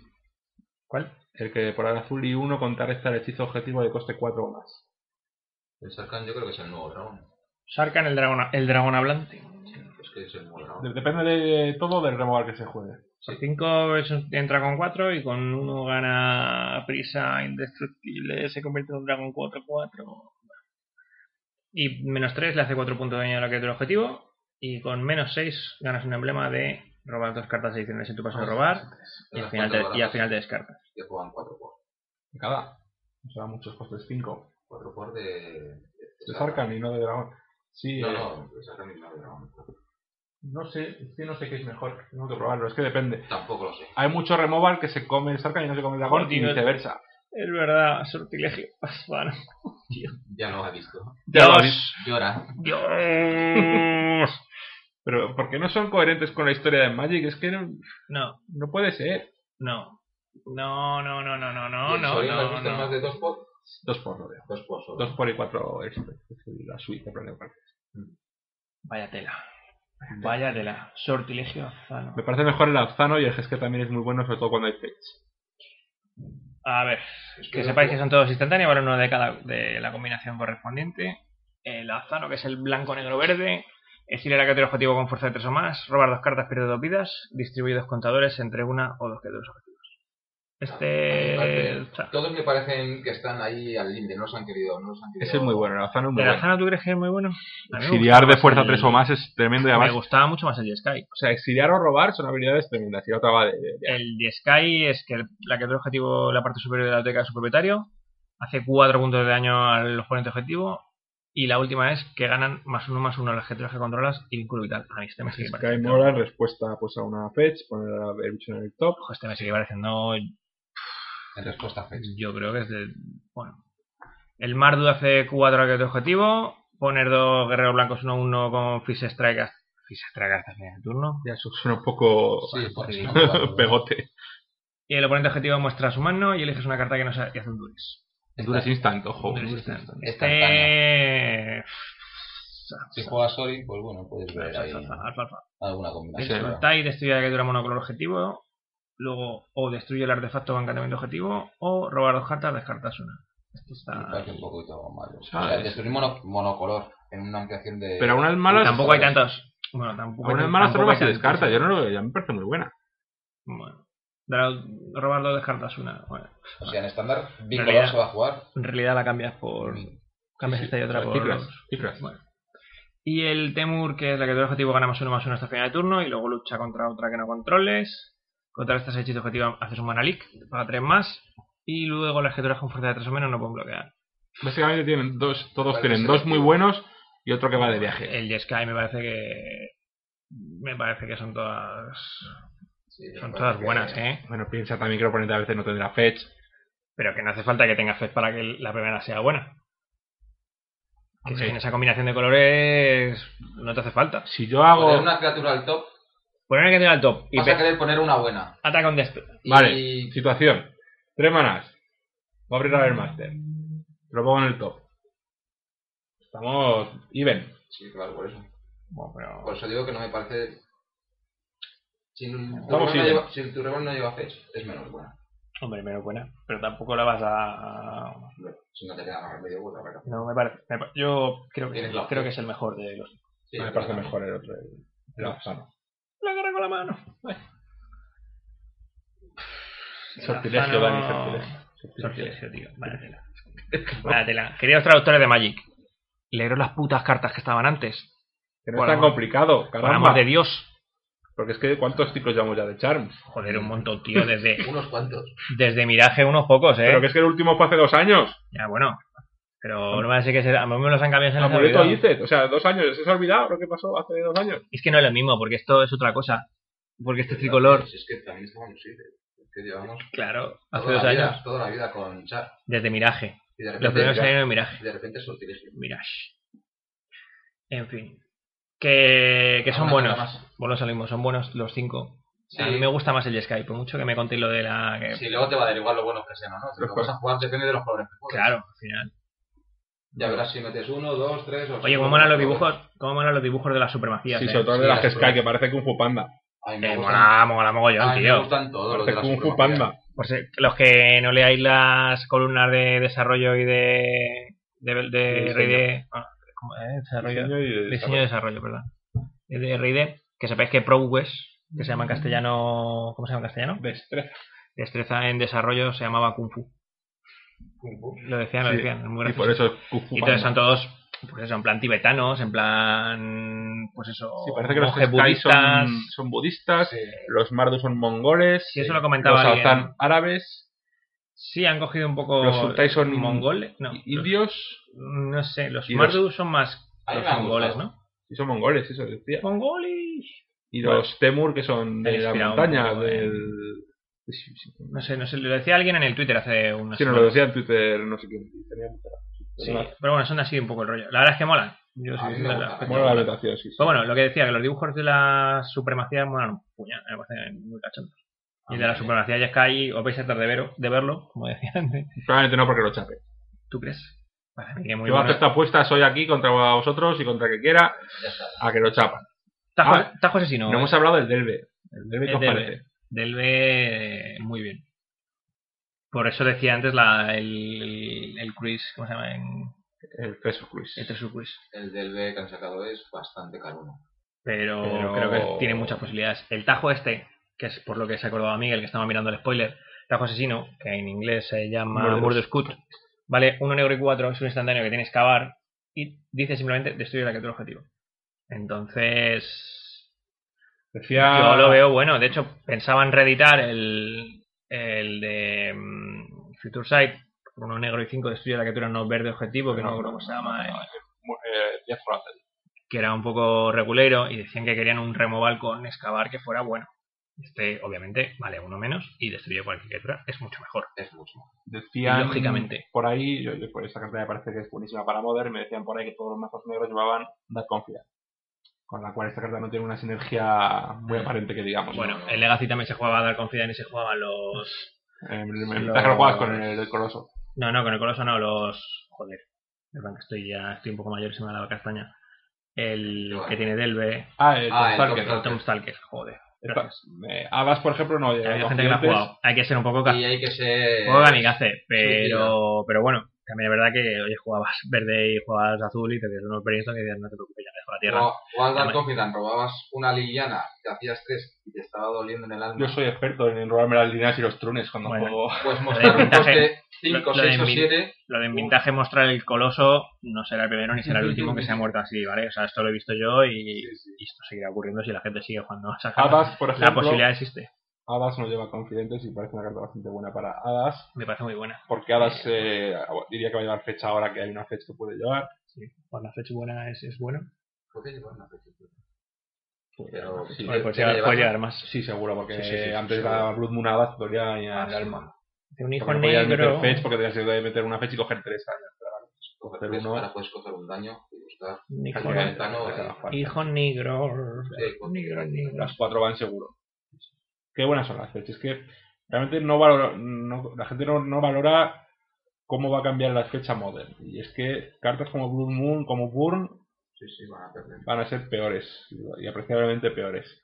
¿Cuál? El que por el azul y 1 contrarresta el hechizo objetivo de coste 4 o más. El Sarkhan yo creo que es el nuevo dragón. Sarkan el dragón, el dragón hablante. Es que es el nuevo dragón. De- Depende de todo del removal que se juegue. Por 5 entra con 4 y con 1 gana prisa indestructible, se convierte en un dragón 4-4. Y menos 3 le hace 4 puntos de daño a la criatura objetivo. Y con menos 6 ganas un emblema de robar dos cartas adicionales en tu Ah, paso de robar. Y al final te, y al final te descartas. Que juegan 4 por. De cada. O sea, muchos costes 5. 4 por de... Se sarcan y no de dragón. Sí, No, eh, no, el Sarkhan es el nuevo dragón. no sé, es que no sé qué es mejor. Tengo que probarlo, es que depende. Tampoco lo sé. Hay mucho removal que se come el sarcan y no se come el dragón y Continúa. viceversa. Es verdad, sortilegio. Bueno, Ya lo has visto. Ya lo Dios. habéis- Llora. Dios. Pero ¿por qué no son coherentes con la historia de Magic? Es que no, No, no puede ser. no. No, no, no, no, no, no, ¿Y el no, Sorin has no, visto más no. de 2 por? Dos por lo veo. 2 por solo. Dos por y cuatro extra. Es la suite de Planeo Park. Vaya tela. Vaya tela. Sortilegio azano. Me parece mejor el Alzano y el Gesker también es muy bueno, sobre todo cuando hay fates. A ver, que sepáis que son todos instantáneos, vale uno de cada de la combinación correspondiente. El azano, que es el blanco, negro, verde. Exiliar a criatura objetivo con fuerza de tres o más. Robar dos cartas, pierde dos vidas. Distribuye dos contadores entre una o dos criaturas objetivos. Este. Vale, Todos me parecen que están ahí al límite, no los han querido, no los han querido. Ese es muy bueno, el Alzano es muy ¿El bueno. azano tú crees que es muy bueno? A mí me Exiliar gustaba de más fuerza el- tres o más es tremendo y Me además. gustaba mucho más el Jeskai. O sea, exiliar o robar son habilidades tremendas. Y la otra va de. de- de- El Jeskai es que la que el objetivo la parte superior de la biblioteca de su propietario hace 4 puntos de daño al oponente objetivo. Y la última es que ganan más uno más uno a las criaturas que controlas y vínculo vital. A mí este me sigue Sky pareciendo. Moral, respuesta pues a una fetch, poner a- el bicho en el top. Ojo, este me sigue pareciendo. En respuesta a Fex. Yo creo que es de. Bueno. El Mardu hace 4 a criatura objetivo. Poner dos guerreros blancos 1-1 con Fish Strike. y se traga hasta final de turno. Ya eso suena un poco Sí, pues, sí. claro. pegote. Y el oponente objetivo muestra su mano y eliges una carta que no sea y hace un duris. Duras instant, ojo. Duris Duras instant. instant. Este. Si juegas Ori, pues bueno, puedes ver ahí Alfa, alfa, alfa. alguna Sí, combinación. Soltar y destruir la criatura monocolor objetivo. Luego, o destruye el artefacto con encantamiento objetivo, o robar dos cartas, descartas una. Esto Me está. parece un poquito malo. O sea, ¿Sabes? destruir mono- monocolor en una ampliación de. Pero unas Pero malas. tampoco hay tantos. Bueno, tampoco Aún hay es malas tampoco hay armas se tantos. descarta, yo no lo ya me parece muy buena. Bueno, dar- robar dos descartas una. Bueno, O sea, en estándar, bicolor realidad. se va a jugar. en realidad la cambias por. Cambias esta y otra por. Cifras, los- cifras. Bueno. Y el Temur, que es la criatura objetivo, gana más uno más uno hasta final de turno y luego lucha contra otra que no controles. Contra estas hechizo objetivo haces un mana leak, te paga tres más. Y luego las criaturas con fuerza de tres o menos no pueden bloquear. Básicamente tienen dos, todos Vale, tienen sí, dos sí. muy buenos y otro que va de viaje. El Jeskai me parece que. Me parece que son todas. Sí, Son me todas parece buenas, que- ¿eh? Bueno, piensa también que el oponente a veces no tendrá fetch. Pero que no hace falta que tengas fe para que la primera sea buena. Que Hombre. si en esa combinación de colores no te hace falta. Si yo Poner hago. una criatura al top, Poner que tiene al top y vas pe- a querer poner una buena. ataca un despe. Y- Vale, situación. Tres manas. Voy a abrir a ver Master. Lo pongo en el top. Estamos even. Sí, claro, por eso. Bueno, pero- Por eso digo que no me parece. Si tu, rival Vamos, no sí. lleva, si tu rival no lleva fetch, es menos buena. Hombre, menos buena. Pero tampoco la vas a. Si no te queda más remedio, pues la verdad. No, me parece. me pa- Yo creo que, Tienes la creo opción. que es el mejor de los. Sí, me pero parece bueno. mejor el otro. el- el Afsano. La agarra con la mano. Afsano- Sortilegio, Dani, sortilegio. Sortilegio. Ah, Sortilegio, tío. Vaya tela. Vaya tela. Queridos traductores de Magic, leeros las putas cartas que estaban antes. Que no Por es tan amor- complicado, Por amor caramba. de Dios. Porque es que ¿cuántos ciclos llevamos ya de Charms? Joder, un montón, tío. Desde, Unos cuantos. desde Miraje, unos pocos, ¿eh? Pero que es que el último fue hace dos años. Ya, bueno. Pero no me parece que será. A mí me los han cambiado. se les ha Amuleto olvidado. dices, o sea, dos años. ¿Se os ha olvidado lo que pasó hace dos años? Es que no es lo mismo, porque esto es otra cosa. Porque este tricolor, Es que también este estamos así. Es que llevamos. claro, hace toda dos la vida- años, Toda la vida con Char. desde Miraje. Y de Los repente. primeros ya- salieron en Miraje. y de repente es sortilegio. Mirage. En fin. Que, que son Alguna buenos. cosa más. Buenos salimos, son buenos los cinco. Sí. A mí me gusta más el Skype, por mucho que me contéis lo de la. que- Sí, luego te va a dar igual lo buenos que sean, ¿no? Si Los lo vas a jugar depende de los colores que juegues. Claro, al final. Ya verás si metes uno, dos, tres o Oye, ¿cómo molan los dibujos? ¿Cómo molan los dibujos de las supremacías? Sí, eh? sobre todo sí, de la las Sky, que parece Kung Fu Panda. A mí me Eh, gustan, mola, mola mogollón, a mí me tío. gustan todos los de Parece la Kung Fu supremacía. Panda. Por si- los que no leáis las columnas de desarrollo y de. de, de, diseño. RD, bueno, ¿cómo es? Desarrollo. Diseño y Diseño y desarrollo. desarrollo, perdón. Y De RD, que sepáis que ProWest, que se llama en Mm. castellano. ¿Cómo se llama en castellano? Destreza. destreza en desarrollo se llamaba Kung Fu. Kung Fu. Lo decían, lo Sí, decían, es muy Y gracioso. por eso es Kung Fu Y Panda. entonces son todos, pues eso, en plan tibetanos, en plan, pues eso, Sí, parece que los monjes Sky budistas. son, son budistas, Sí. los Mardu son mongoles, Sí, eso lo comentaba los alguien. Alzan árabes, Sí, han cogido un poco. Los Sultai son mongoles, no. i- indios, los- No sé, los y los- Mardu son más A mí los me han mongoles, gustado. ¿no? y son mongoles, eso decía. Mongoles. Y Bueno. los Temur, que son Me de he la inspirado montaña, un poco, eh. del... Sí, sí, sí. No sé, no sé, lo decía alguien en el Twitter hace unas Sí, nos lo semanas. decía en Twitter, no sé quién. Tenía Sí, Pero Pero bueno, son así un poco el rollo. La verdad es que molan. Yo A sí, mí la- me la- gusta. Bueno, la orientación, sí. sí. Pues bueno, lo que decía, que los dibujos de la supremacía molan un puñal, me parecen muy cachondos. Y Ah, de la supremacía ya Sky, os vais a tratar de, vero- de verlo, como decía antes. Probablemente no porque lo chape. ¿Tú crees? Para mí que muy Yo bueno. hago esta apuesta, soy aquí contra vosotros y contra que quiera, Ya está. a que lo chapan. Tajo, Ah, tajo asesino. No, hemos hablado del Delve. El Delve, ¿qué El os Delve. parece? ¿eh? Del B, eh, muy bien. Por eso decía antes la, el, el quiz, ¿cómo se llama? En, El Peso Cruise. el Treasure Quiz. El del B que han sacado es bastante caruno. Pero, Pero- creo que tiene muchas posibilidades. El tajo este, que es por lo que se acordaba Miguel, que estaba mirando el spoiler, tajo asesino, que en inglés se llama Murderous. Murder Scoot, vale uno negro y cuatro, es un instantáneo que tienes que cavar y dice simplemente destruye la criatura objetivo. Entonces, Decía... yo lo veo bueno. De hecho, pensaban reeditar el, el de mm, Future Sight, uno negro y cinco, destruye la criatura no verde objetivo, que no, me acuerdo cómo se llama. eh Eh, Jeff Russell. que era un poco regulero y decían que querían un removal con excavar que fuera bueno. Este, obviamente, vale uno menos y destruye cualquier criatura. Es mucho mejor. Es mucho. Decían Lógicamente. por ahí, yo, yo- por esta carta me parece que es buenísima para Modern, me decían por ahí que todos los mazos negros llevaban Dark Confiance. con la cual esta carta no tiene una sinergia muy aparente que digamos. Bueno, en Legacy también se jugaba Dark Confidence y se jugaban los... Eh, En ventaja lo juegas con el, el Coloso. No, no, con el Coloso no, los... Joder, es verdad que estoy ya estoy un poco mayor y se me ha dado castaña. El que tiene Delve... Ah, el Ah, el Tom Stalker. Tom Tom Stalker, joder. Gracias. Eh, Abbas, por ejemplo, no eh, llega. Hay Los gente que la ha clientes- jugado. Hay que ser un poco... ca- eh, Y hay que ser. Juego de amigace, pero, Suicida. pero bueno, también es verdad que oye, jugabas verde y jugabas azul y te tienes unos Brainstorm y dices, no te preocupes, ya me dejo la tierra. O, o al Dark Hombre. Confidant robabas una Liliana, te hacías tres y te estaba doliendo en el alma. Yo soy experto en robarme las líneas y los trunes cuando Bueno. juego. Pues Lo mostrar de un poste lo- 5, lo de 6 o min- 7. Lo de en vintaje mostrar el coloso no será el primero ni será el último que se ha muerto así, ¿vale? O sea, esto lo he visto yo y, y esto seguirá ocurriendo si la gente sigue jugando a esa carta. Abbas, por La ejemplo, posibilidad existe, Abbas no lleva confidentes y parece una carta bastante buena para Abbas. me parece muy buena. Porque Abbas eh, diría que va a llevar fecha ahora que hay una fecha que puede llevar. Pues la fecha buena es, es bueno. Creo que llevaba una fecha. Pero sí, Bueno, pues sí, ya, lleva- puede llevar más. Sí, seguro, porque Sí, sí, sí, antes seguro. la Blood Moon Abbas dolía en el alma. Tiene un hijo Porque no podías meter negro. fetch porque tenías que meter una fecha y coger tres años. Coger Pero tres, uno- Ahora puedes coger un daño y buscar. un hijo- Claro. Hijo negro. Sí, con- Negro, negro. Las cuatro van seguro. Qué buenas son las fechas. Es que realmente no valora, no- la gente no, no valora cómo va a cambiar la fecha modern. Y es que cartas como Blue Moon, como Burn, Sí, sí, van a perder. van a ser peores. Y apreciablemente peores.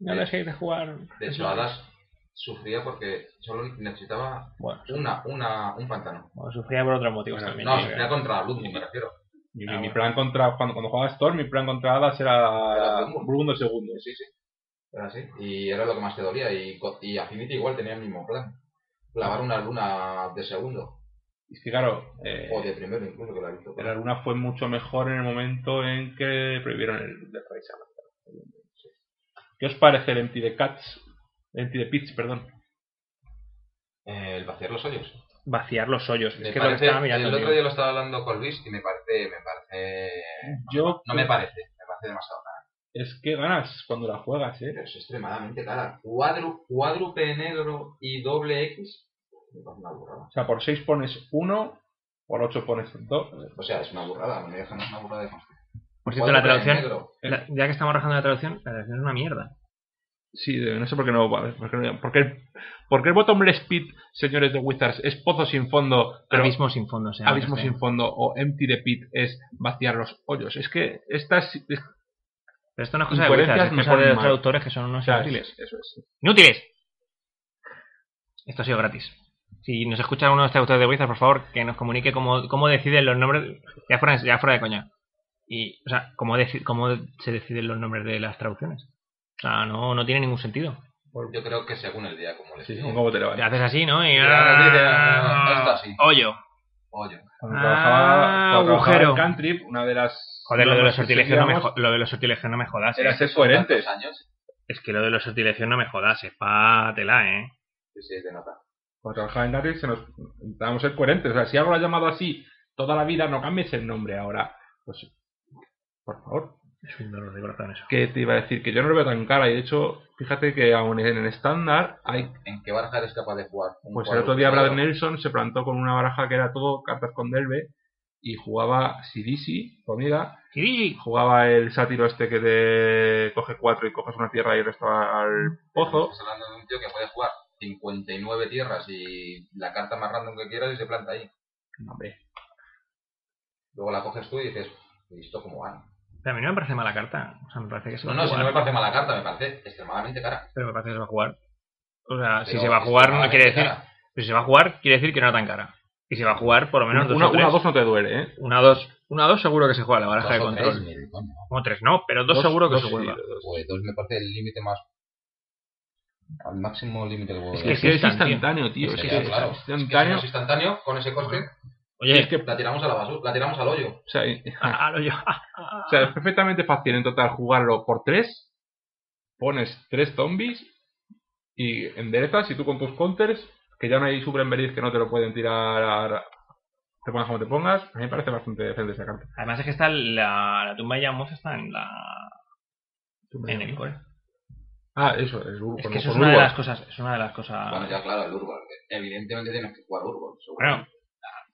No dejéis de jugar. De hecho, Adas sufría porque solo necesitaba Bueno, una, una, un pantano. Bueno, sufría por otros motivos Bueno, también. eh, No, yo creo. sufría contra Blood Moon, me refiero. mi, Ah, mi bueno. plan contra, cuando, cuando jugaba Storm, mi plan contra Adas era Era Blue Moon. Burn de segundo. Sí, sí. Era así. Y era lo que más te dolía. Y, co- y Affinity igual tenía el mismo plan. Clavar una luna de segundo. Y es que claro, eh, O de primero incluso, que la he visto. la luna fue mucho mejor en el momento en que prohibieron el de Raisa. ¿Qué os parece el Empty the Cats? Empty the Pits, perdón. Eh, el vaciar los hoyos. Vaciar los hoyos. Me Es que es lo que parece- estaba mirando. el otro yo. día lo estaba hablando con Luis y me parece, me parece, Yo no me parece, me parece demasiado cara. es que ganas cuando la juegas, ¿eh? Pero es extremadamente cara. Cuadru, cuádruple negro y doble X. Me parece una burrada. O sea, por 6 pones 1, por 8 pones 2. O sea, es una burrada, me dejan es una burrada de construir. Por cierto, la Cuádruple traducción. negro. la- ya que estamos rajando la traducción, la traducción es una mierda. Sí, de- no sé por qué no. vale, por qué no- ¿Por qué, por qué el Bottomless Pit, señores de Wizards, es pozo sin fondo, pero abismo sin fondo, se llama este. en abismo sin castellano. fondo o empty the pit es vaciar los hoyos? Es que estas. es- Pero esto no es cosa de Incoherencias Wizards, es me cosa de ponen los mal. traductores que son unos o sea, inútiles. es- eso es. ¡Inútiles! Esto ha sido gratis. Si nos escucha uno de los traductores de Wizards, por favor, que nos comunique cómo, cómo deciden los nombres. Ya fuera, ya fuera de coña. Y, o sea, cómo, deci- cómo se deciden los nombres de las traducciones. O sea, no, no tiene ningún sentido. Yo creo que según el día como le Sí, sí, digo. ¿cómo te Te levantas? haces así, ¿no? Y. ah, Ya, ya, ya, esto así. Hoyo. Pollo. Cuando Ah, trabajaba, cuando trabajaba agujero. en Cantrip, una de las. Joder, lo de los que sortilegios no me, seguíamos jo- lo de los sortilegios no me jodas. Era eh. ser coherentes. ¿Cuántos años? Es que lo de los sortilegios no me jodas, espátela, ¿eh? Sí, sí, es de nota. Cuando trabajaba en Cantrip, se nos intentábamos ser coherentes. O sea, si algo lo ha llamado así toda la vida, no cambies el nombre ahora. Pues, por favor. Es un dolor de corazón eso. ¿Qué te iba a decir? Que yo no lo veo tan cara. Y de hecho, fíjate que aún en el estándar hay ¿En qué baraja eres capaz de jugar? Un Pues el cuadruple otro día Brad negro. Nelson se plantó con una baraja que era todo cartas con Delve y jugaba Sidisi, tu amiga, ¡Kirigi! jugaba el sátiro este que te coge cuatro y coges una tierra y resto al pozo. Estás hablando de un tío que puede jugar 59 tierras y la carta más random que quieras y se planta ahí. No, hombre, Luego la coges tú y dices, ¿y esto cómo van? Pero a mí no me parece mala carta. O sea, me parece que se va No, no, a si jugar. no me parece mala carta, me parece extremadamente cara. Pero me parece que se va a jugar. O sea, Ah, si Pero se va a jugar, no extremadamente quiere decir. cara. Pero si se va a jugar, quiere decir que no era tan cara. Y si va a jugar, por lo menos dos una, o tres. una dos no te duele, ¿eh? Una dos. Una dos seguro que se juega la baraja de Dos o tres, control. ni de coña. O tres no, pero dos, Dos- seguro que dos se sí. juega. Pues dos me parece el límite más. Al máximo límite del juego. Es Que Es que es instantáneo. instantáneo, tío. Es Es Ya, que que, es claro. Es que si no instantáneo. es instantáneo, con ese coste, Oye, Es que, la tiramos a la basura, la tiramos al hoyo. o sea, eh, ah, lo yo- ah, ah, o sea, es perfectamente fácil en total jugarlo por tres. Pones tres zombies y enderezas y tú con tus counters, que ya no hay superenveriz que no te lo pueden tirar a- te pongas como te pongas, a mí me parece bastante decente esa carta. Además es que está la, la tumba de Yamos está en la en el core. Ah, eso, es, Ur- Es con- que eso es con una de Urbox. las cosas, es una de las cosas. Bueno, ya claro, el Urbal. Evidentemente tienes que jugar Urbal. seguro. Bueno, pues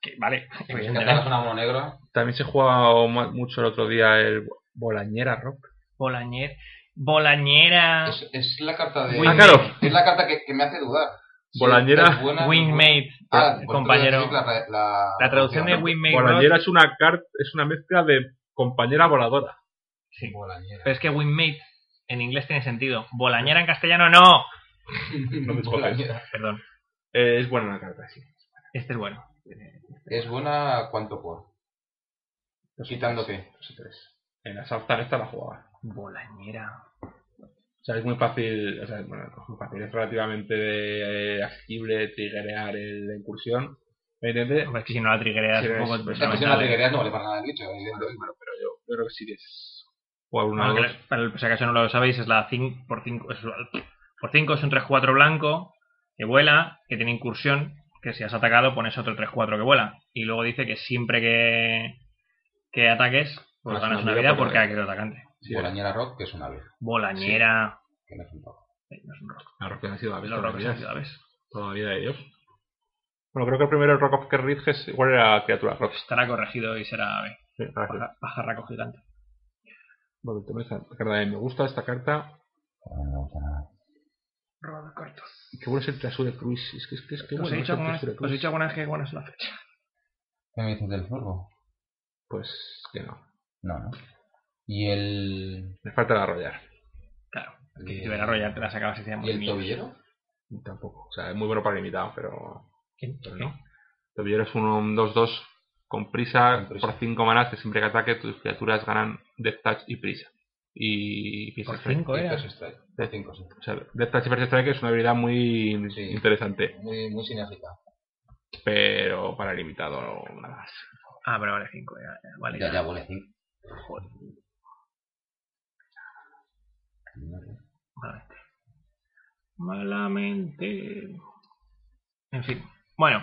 que- vale, Si te hagas evidentemente. una mono negra, También se jugaba mu- mucho el otro día el Bolañera Rock. Bolañer, Bolañera. Es, es la carta de. Ah, claro. Es la carta que, que me hace dudar. Si Bolañera- es buena- Wingmate, Ah, pues compañero. tú decís La, la- La traducción de ¿no? Wingmate Rock. Bolañera es una, car- es una mezcla de compañera voladora. Sí. Bolañera. Pero es que Wingmate en inglés tiene sentido. Bolañera en castellano no. Bolañera. Perdón. Eh, es buena la carta, sí. Este es bueno. Es buena cuanto por. Dos y Quitando tres, qué. dos y tres. En la Southern esta la jugaba. Bolañera. O sea, es muy fácil, o sea, bueno, no es muy fácil, es relativamente eh, asequible triggerear el- la incursión. ¿Me entiendes? Hombre, es que si no la triguereas Sí, un poco. es- pues, Esta no cuestión me de la sale. triguería no vale para nada el eh. bicho, evidentemente. Bueno, pero yo, yo creo que sí que es jugar una Bueno, o que dos. la- para el, si acaso no lo sabéis, es la 5 por 5 es, por cinco es un 3-4 blanco que vuela, que tiene incursión, que si has atacado pones otro 3-4 que vuela. Y luego dice que siempre que, que ataques, pues Ah, ganas sí, una mira, vida por por cada que atacante. Sí, Bolañera Rock, que es una vez. Bolañera. Que no es un rock. Eh, no es un rock. La roca ha sido la Los vida, rocks todavía han sido aves. de Dios. Bueno, creo que el primero Rock of Kerridges igual era criatura rock. Estará corregido y será ave. Sí, ahora sí. Paja- Pajarraco gigante. Bueno, el tema es esta carta de me gusta esta carta. Robo de cortos. Qué bueno es el Trasur de Cruz. Es que es que es que Os he bueno. es dicho el alguna vez- Trasur de os he Cruz. dicho alguna vez que bueno es la fecha. ¿Qué me dices del furbo? Pues que no. No, no. Y el. Me falta la arrollar. Claro. y Que el- si hubiera Royal te la sacabas y hacíamos ¿Y el mil. tobillero? Tampoco. O sea, es muy bueno para limitado, pero. ¿Quién? pero ¿Quién? no. Tobillero es un- un 2-2 con prisa, Con prisa. por 5 manas que siempre que ataque tus criaturas ganan Death Touch y prisa. Y Por piezas cinco ¿eh? era. First Strike. De cinco, sí. O sea, Death Touch y First Strike es una habilidad muy Sí. interesante, Muy, muy sinérgica. pero para limitado nada más. Ah, pero vale, 5. Ya, ya, vale, Ya, ya. ya huele cinco. Joder, malamente. Malamente. En fin. Bueno,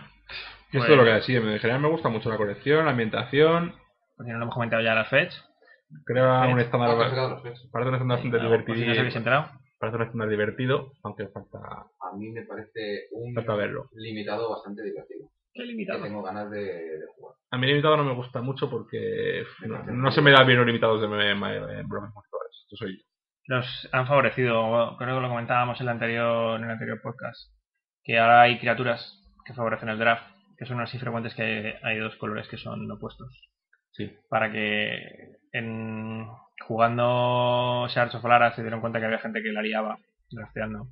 Esto Bueno. es lo que decía, en general me gusta mucho la colección, la ambientación, porque no lo hemos comentado pues ya las fechas. crea Sí. un Ah, estándar, que has sacado los tres. parece un estándar bastante si no os habéis divertido, enterado. parece un estándar divertido, aunque falta, A mí me parece un falta verlo. limitado bastante divertido. Qué Que limitado. tengo ganas de, de jugar. A mí limitado no me gusta mucho porque no, no se me da bien los limitados de me- me- me- bromas mortales. Esto soy yo. Los han favorecido. Creo que lo comentábamos en el anterior, en el anterior podcast. Que ahora hay criaturas que favorecen el draft. Que son así frecuentes que hay, hay dos colores que son opuestos. Sí. para que en, jugando Shards of Alara se dieron cuenta que había gente que la liaba drafteando,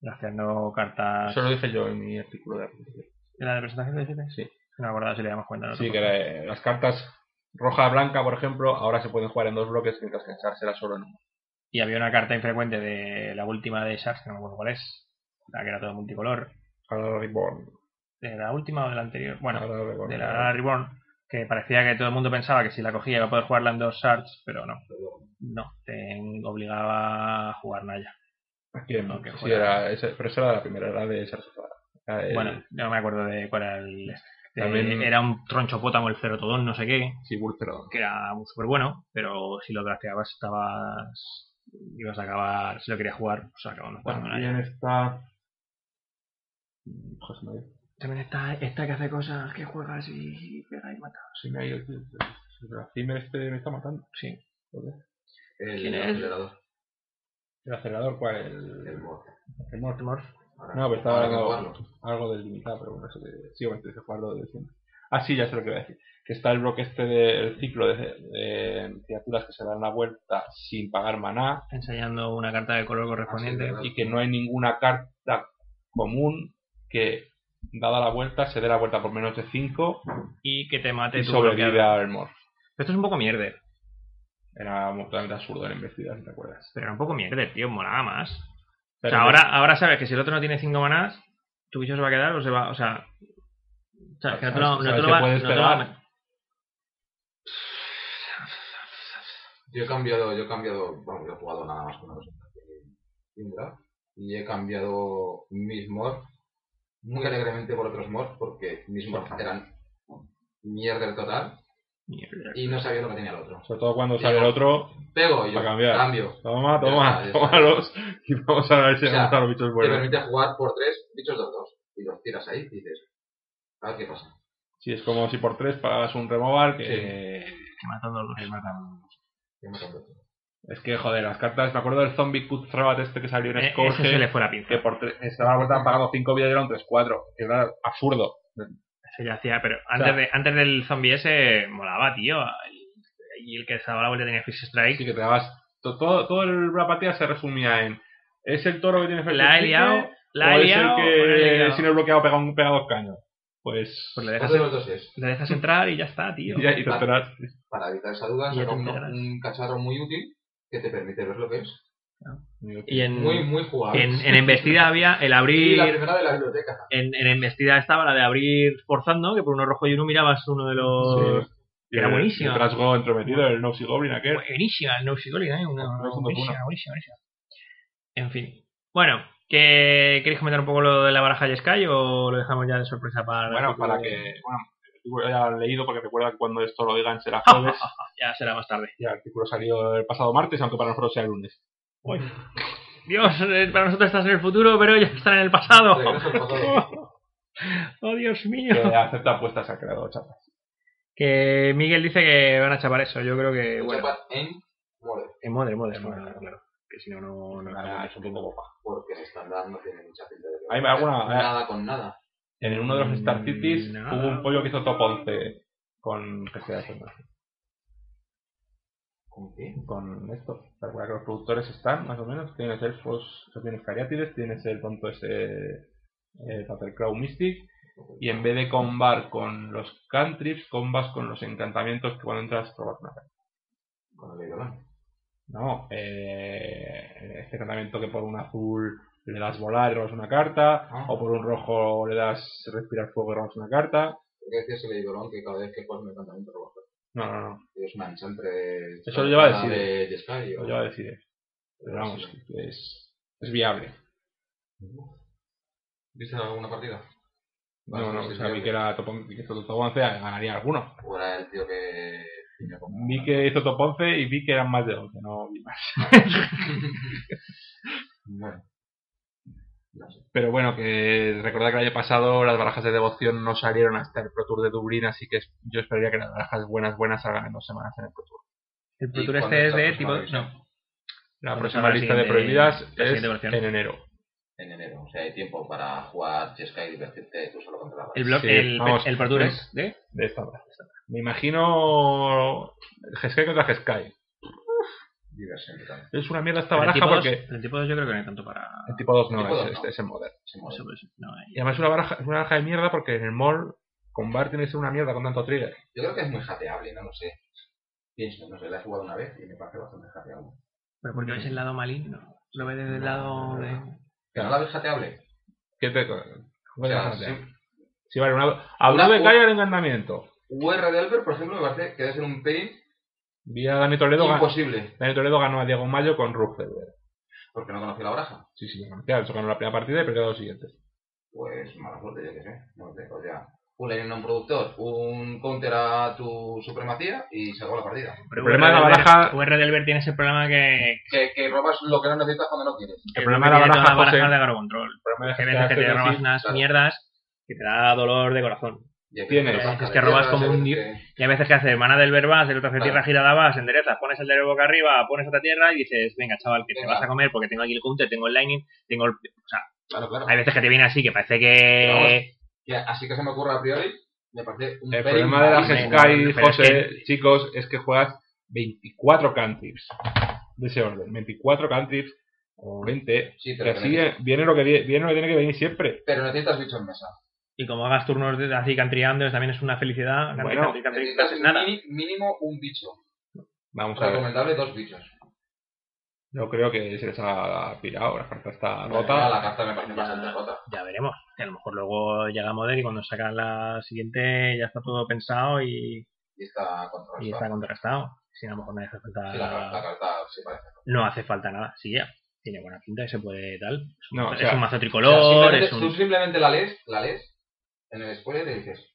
drafteando cartas. Eso lo dije yo en mi artículo de artículo. ¿En la de presentación de 17? Sí. No me acuerdo si le damos cuenta. en otro Sí, que podcast. eh, las cartas roja blanca, por ejemplo, ahora se pueden jugar en dos bloques mientras que en Shards era solo en uno. Y había una carta infrecuente de la última de Shards, que no me acuerdo cuál es, la que era todo multicolor. Ahora Reborn. ¿De la última o de la anterior? Bueno, Ahora Reborn. de la Alara Reborn, que parecía que todo el mundo pensaba que si la cogía iba a poder jugarla en dos Shards, pero no. No, te obligaba a jugar Naya. Aquí en- No, que sí, fuera. era, ese- pero esa era la primera, era de Shards of Alara. Era el- Bueno, no me acuerdo de cuál era el. de- También- Era un tronchopótamo el cerotodón, no sé qué, Sí, Vulcerón. que era súper bueno, pero si lo drafteabas estabas. ibas a acabar. si lo querías jugar, pues acabamos jugando nada. También está... Mm, joder, se me ha ido. También está esta que hace cosas que juegas y pega y mata. Se me ha ido. tío. El Zimmer este me está matando. Sí. El ¿Quién es? acelerador. ¿El acelerador cuál? El mod. El Morph. Ahora- No, pero estaba ahora hay que algo, jugarlo. algo delimitado, pero bueno, eso de, sí, bueno, tienes que jugarlo de siempre. Ah, sí, ya sé lo que voy a decir. Que está el bloque este del ciclo de, de criaturas que se dan la vuelta sin pagar maná Enseñando una carta de color correspondiente. Ah, sí, y que no hay ninguna carta común que, dada la vuelta, se dé la vuelta por menos de 5 y que te mate y tu sobrevive bloqueador. al morph. Esto es un poco mierder, Era totalmente absurdo en investidas, si te acuerdas. pero era un poco mierder, tío, molaba más. O Pero sea, ahora, ahora sabes que si el otro no tiene 5 manás, tu bicho se va a quedar o se va. O sea. Sabes que no te lo, no Sabes te lo que va- puedes no te lo pegar. va- Yo he cambiado, yo he cambiado, bueno, yo he jugado nada más que una cosita que Indra, y he cambiado mis mods muy alegremente por otros mods porque mis mods eran mierder total Mierda. y no sabía lo que tenía el otro. Sobre todo cuando Digo, sale el otro, Pego y yo, Para cambiar. cambio. toma, ya toma, está, ya está. tómalos y vamos a ver si O sea, han gustado los bichos Te buenos. permite jugar por tres bichos dos dos y los tiras ahí y dices, a ver qué pasa. Sí, es como si por 3 pagas un removal que... Matándolos. ¿Qué más hombre? Es que, joder, las cartas, me acuerdo del Zombie Cutthroat este que salió en E- Scourge, ese se le fue la pinza. que por tres, estaba estaban pagando 5 vidas y eran 3-4, que era absurdo. Se ya hacía, pero antes, sea- de, antes del zombie ese molaba, tío. Y el que se daba la vuelta tenía Fish Strike. Así que te dabas, to- todo, todo el- la partida se resumía en, es el toro que tiene frente la al he pique, liado, la o he es liado. o no la he el que liado? si no es bloqueado pega, un, pega dos caños. Pues, Pues le dejas, ¿Cuál de los dos es? le dejas entrar y ya está, tío. y, ya- y te esperas. Para evitar esa duda, Ya saca te un, enterarás. un cacharro muy útil que te permite ver lo que es. Ah. Y en, Muy, muy jugable. en, en embestida había el Y la abrir. primera de la biblioteca. En, en embestida estaba la de abrir forzando, que por uno rojo y uno mirabas uno de los. y era el- buenísimo. El trasgo entrometido, el Noxy Goblin aquel. Buenísima, el No Sigoli, ¿eh? Una, Pues, no, buenísima, buenísima, buenísima. En fin. Bueno, ¿qué, ¿queréis comentar un poco lo de la baraja de Sky o lo dejamos ya de sorpresa para. el Bueno, futuro? para que, pues- bueno, tú ya lo has leído porque recuerda que cuando esto lo digan será jueves. Ya será más tarde. y el artículo salió el pasado martes, aunque para nosotros sea el lunes. Dios, eh, para nosotros estás en el futuro, pero ya están en el pasado. Regreso al pasado. Oh, Dios mío. Que acepta apuestas ha creado, chaval. Que Miguel dice que van a chapar eso. Yo creo que, bueno, Chapat en Mole, en modre, modre, modre, claro. Que si no, no. no Nada, es un poco boba. porque el estándar no tiene mucha pinta de Hay alguna- eh. nada con nada. En uno Mm, de los Star Cities No. hubo un pollo que hizo top 11 con que sea eso, ¿no? ¿Con qué? con esto. ¿Te acuerdas que los productores están, más o menos? Tienes Elfos, o sea, tienes Cariátides, tienes el tonto ese eh, Paper Crow Mystic. Y en vez de combar con los cantrips, combas con los encantamientos que cuando entras robas una Con el Eidolon. No, eh, este encantamiento que por un azul le das volar y robas una carta, Ah. o por un rojo le das respirar fuego y robas una carta. ¿Por qué decías el Eidolon que cada vez que juegas un encantamiento roba? No, no, no, Es una enchantre de... Eso lo lleva a decir. eh. de Jeskai, lo o- llevo a decir. Pero vamos, es, es viable. ¿Viste alguna partida? No, no, sí, o sea, sí, vi sí. que era top, on- que hizo top 11, ganaría alguno. O era el tío que... tiñó como- Vi que hizo top 11 y vi que eran más de 11, no vi más. Bueno. No sé. Pero bueno, que recordad que el año pasado las barajas de devoción no salieron hasta el Pro Tour de Dublín, así que es- yo esperaría que las barajas buenas buenas salgan en dos semanas en el Pro Tour. El ¿Y futuro cuándo este es está de la tipo. próxima revisión? No, La Cuando próxima salga la lista de siguiente- prohibidas la es siguiente versión. en enero. En enero. O sea, hay tiempo para jugar Jeskai y divertirte tú solo contra la el baraja. blog, Sí, el, vamos, el Pro Tour es- es de. de esta hora. Me imagino Geskai contra Geskai. Diversión y tal. Es una mierda esta pero El baraja tipo, porque 2, el tipo 2 yo creo que no hay tanto para. el tipo 2 no, Tipo dos es, este, no. es- es en modern. Se mueve. eso, pues, no hay. Y además es una baraja, es una baraja de mierda porque en el mall con bar tiene que ser una mierda con tanto trigger. Yo creo que es muy jateable, no lo sé. Pienso, no sé, la he jugado una vez y me parece bastante jateable. Pero porque ves el lado maligno. Lo ves desde el No, lado no, de. no. ¿Que no la ves jateable? ¿Qué te co- O sea, Sí. sí. Sí, vale, una, a una Una de u- calle al encantamiento. UR de Elber, por ejemplo, me parece que debe ser un pelín Vi a Dani Toledo, gan- imposible. Dani Toledo ganó a Diego Mayo con Ruffelberg. Porque no conocí la baraja. Sí, sí, lo conocía, eso ganó la primera partida y perdió los siguientes. Pues mala suerte, yo qué sé. No sé, o sea, un lane a un productor, un counter a tu supremacía y se acabó la partida. Pero problema de la UR baraja- UR Delver tiene ese problema que. Que, que robas lo que no necesitas cuando no quieres. que problema tiene de la todas las baraja, barajas José. pues de agrocontrol. problema Que hay veces que te robas unas claro. mierdas que te da dolor de corazón. Y aquí Tienes. te Es bajas que de robas tierra, como se un ve dios. que- Y hay veces que haces mana del verbas, el otro hace Claro. tierra girada, vas, enderezas, pones el dedo boca arriba, pones otra tierra y dices, venga chaval, que te Venga. vas a comer porque tengo aquí el counter, tengo el lightning, tengo el... O sea, Claro, claro. hay veces que te viene así, que parece Pero que... Que así que se me ocurre a priori, me parece un El pelín problema de la malísimo. Jesca- Jeskai, Pero es José, chicos, es que juegas 24 cantrips de ese orden. 24 cantrips o 20. Sí, Que pero, así necesitas- eh, viene lo que, vie- viene, lo que tiene que venir siempre. pero necesitas bicho en mesa. Y como hagas turnos de, así cantriando, también es una felicidad. Cantri, Bueno, cantri, cantri, Necesitas nada. mini- mínimo un bicho. Vamos a ver. Recomendable dos bichos. Yo creo que se les ha pirado. La carta está Ah, rota. La carta me parece bastante rota. Ya veremos. Que a lo mejor luego llega Modern y cuando saca la siguiente ya está todo pensado y, Y está y está contrastada. contrastado. Si a lo mejor no hace falta... Sí, la, la carta se parece. No hace falta nada. Sí, ya. Tiene buena pinta y se puede tal. No, o es un sea, mazo O sea, tricolor, simplemente- es un... Tú simplemente la lees, la lees en el spoiler y dices,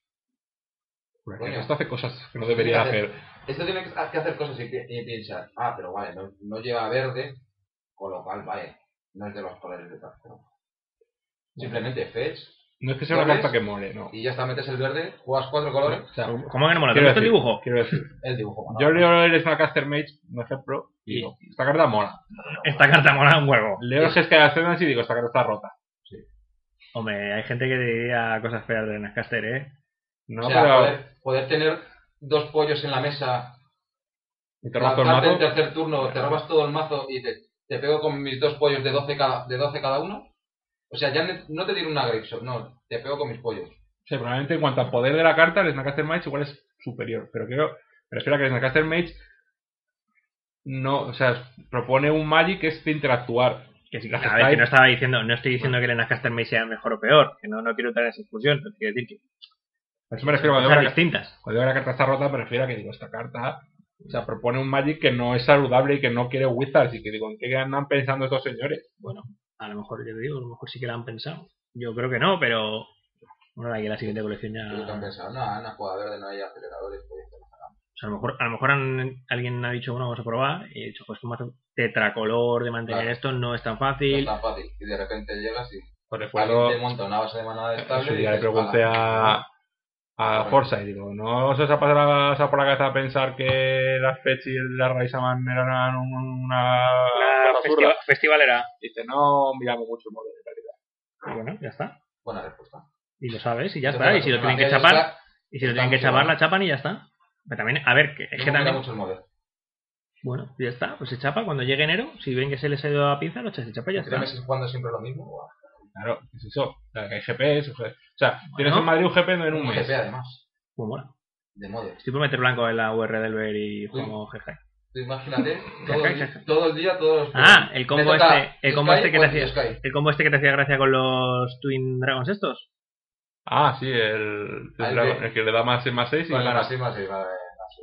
Coño. esto hace cosas que no debería hacer. esto tiene que que hacer cosas y, pi- y piensas, ah, pero vale, no, no lleva verde, con lo cual, vale, no es de los colores de Tarkov. Simplemente fetch, No es que sea una Colores. carta que mole, no. Y ya está, metes el verde, juegas cuatro colores, O sea, ¿Cómo que no mola? ¿Te gusta Quiero el decir- dibujo? quiero decir, el dibujo. bueno, yo leo el Snapcaster Mage, un ejemplo, y digo, esta carta mola. Esta carta mola un huevo. Leo el Gesca de Ascendas y digo, esta carta está rota. Hombre, hay gente que diría cosas feas de Nascaster, ¿eh? No, o sea, pero... poder, poder tener dos pollos en la mesa, Y te robas todo el lanzarte en mazo. tercer turno, te robas todo el mazo y te, te pego con mis dos pollos de 12 cada, de 12 cada uno. O sea, ya ne- no te tiro una gripshot, no, te pego con mis pollos. Sí, probablemente en cuanto a poder de la carta, el Snapcaster Mage igual es superior. Pero creo, me refiero a que el Snapcaster Mage no, o sea, propone un Magic que es de interactuar. Que sí, La a ver, que Sky. no estaba diciendo, no estoy diciendo que el Nascaster May sea mejor o peor, que no, no quiero entrar en esa discusión, pero quiero decir que A eso me refiero cuando son digo, que- distintas. cuando digo que la carta está rota, me refiero a que digo, esta carta, o sea, propone un Magic que no es saludable y que no quiere Wizards. Y que digo, ¿en qué andan pensando estos señores? Bueno, a lo mejor, yo te digo, a lo mejor sí que la han pensado. Yo creo que no, pero. Bueno, de aquí a la siguiente colección ya. Yo lo que han pensado, no, en una jugada verde no hay aceleradores. pues, pollos. O sea, a lo mejor, a lo mejor han- alguien ha dicho, bueno, vamos a probar, y he dicho, pues un mazo tetracolor de mantener Claro. esto no es tan No fácil. es tan fácil. Y de repente llegas y Por alguien recuerdo, te monta una base de manada en estable. su y día eh, le dices, pregunté "Ala". a, a Forza y digo, ¿no os ha pasado esa por la cabeza pensar que las Fetch y las Raizaman eran un- una... cosa absurda? festivalera. Dice, no miramos mucho el modelo en realidad. Bueno, ya está. Buena respuesta. Y lo sabes, y ya Yo está. creo Y si lo la tienen que supremacía chapar, está- y si lo está tienen que mucho chapar, mal. la chapan y ya está. Pero también, a ver, que, es no que me gusta también. mucho el modelo. Bueno, ya está, pues se chapa. Cuando llegue enero, si ven que se les ha ido la pinza, lo echa- se chapa y ya Tres está. meses jugando siempre lo mismo. guau. Claro, es eso. O sea, que hay GPS. O sea, o sea, tienes Bueno. en Madrid un GP en un Un mes. GP además, Muy Pues mola. de modo. Estoy por meter blanco en la UR del Ver y jugamos GG. Tú imagínate, todo, Ajá, el, ajá. día- todo el día, todos los Ah, el combo Me toca este, el combo Sky este que o te el hacía, Sky. el combo este que te hacía gracia con los Twin Dragons estos. Ah, sí, el, el, Al dragón, de- el que le da más 6 más 6 y Vale, gana. más, sí, más, sí, vale, más, sí.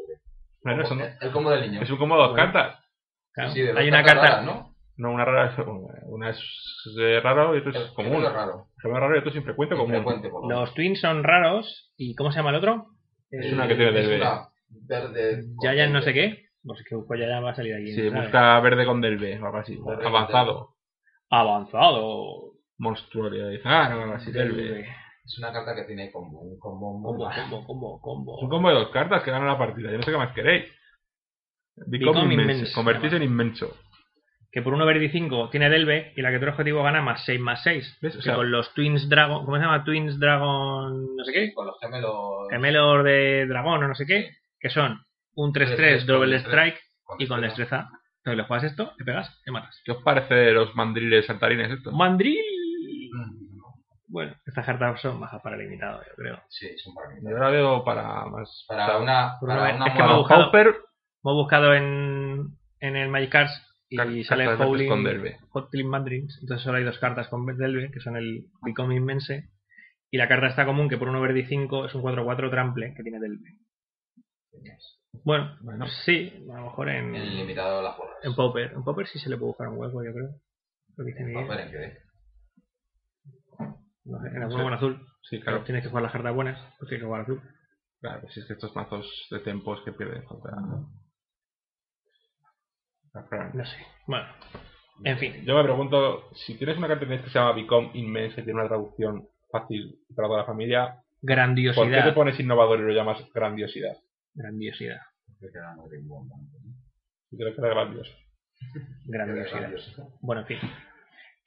Bueno, eso no- El- El combo del niño. Es un como dos Bueno. cartas. Claro. Sí, de dos Hay una cartas carta, raras, ¿no? No, una rara es, una es eh, raro y otra es El- común. el raro. El raro y otro es infrecuente o común. Frecuente, por lo menos. los Twins son raros y ¿cómo se llama el otro? Es una que tiene Es verde. una verde. Ya ya eh, no sé qué. Pues es que busco ya ya va a salir aquí. Sí, ¿sabes? busca verde con del B o algo así. Verde con Avanzado. Avanzado. Monstruo. y- Ah, no, algo así. Del B. Es una carta que tiene combo. Un combo muy Combo, bueno. combo, combo, Es combo. un combo de dos cartas que ganan la partida. Yo no sé qué más queréis. Become, Become immense. immense. Convertís en inmenso. Que por 1.25 tiene Delve y la que tu objetivo gana más 6 más 6. ¿Ves? O Que sea- con los Twins Dragon, ¿cómo se llama? Twins Dragon, no sé qué. Con los gemelos. Gemelos de dragón o no sé qué, que son un 3-3 3-3, double con strike y con destreza. destreza. Entonces le juegas esto, le pegas, le matas. ¿Qué os parece de los mandriles saltarines estos? Mandril. Mm, Bueno, estas cartas son bajas para el limitado, yo creo. Sí, es un Yo paramita. la veo para más. Para una. Pero Para no, una es que para me un gusta. moda- buscado- Hopper, Me he buscado en, en el Magic Cards y Car- sale cartas verdes Howling, con Delve. Hotling Mandrins. Entonces solo hay dos cartas con Delve, que son el Become Immense. Y la carta está común, que por un over 5 es un 4-4 trample que tiene Delve. Bueno, Bueno. sí, a lo mejor en, El limitado de las bolas. en Popper. En Popper sí se le puede buscar un hueco, yo creo. Lo que dice Miguel. Papel en ¿eh? que- No sé, en azul o en azul. Sí, Claro. claro. Tienes que jugar las cartas buenas, pues tienes que jugar azul. Claro, pues es que estos mazos de tempos que pierden contra. la Fran. No sé. Bueno, en fin. Yo me pregunto, si tienes una carta que se llama Become Immense, que tiene una traducción fácil para toda la familia, ¿por qué te Grandiosidad. pones innovador y lo llamas grandiosidad? Grandiosidad. que quedan muy rimbombantes, ¿no? Yo creo que era grandioso. Grandiosidad. Bueno, en fin.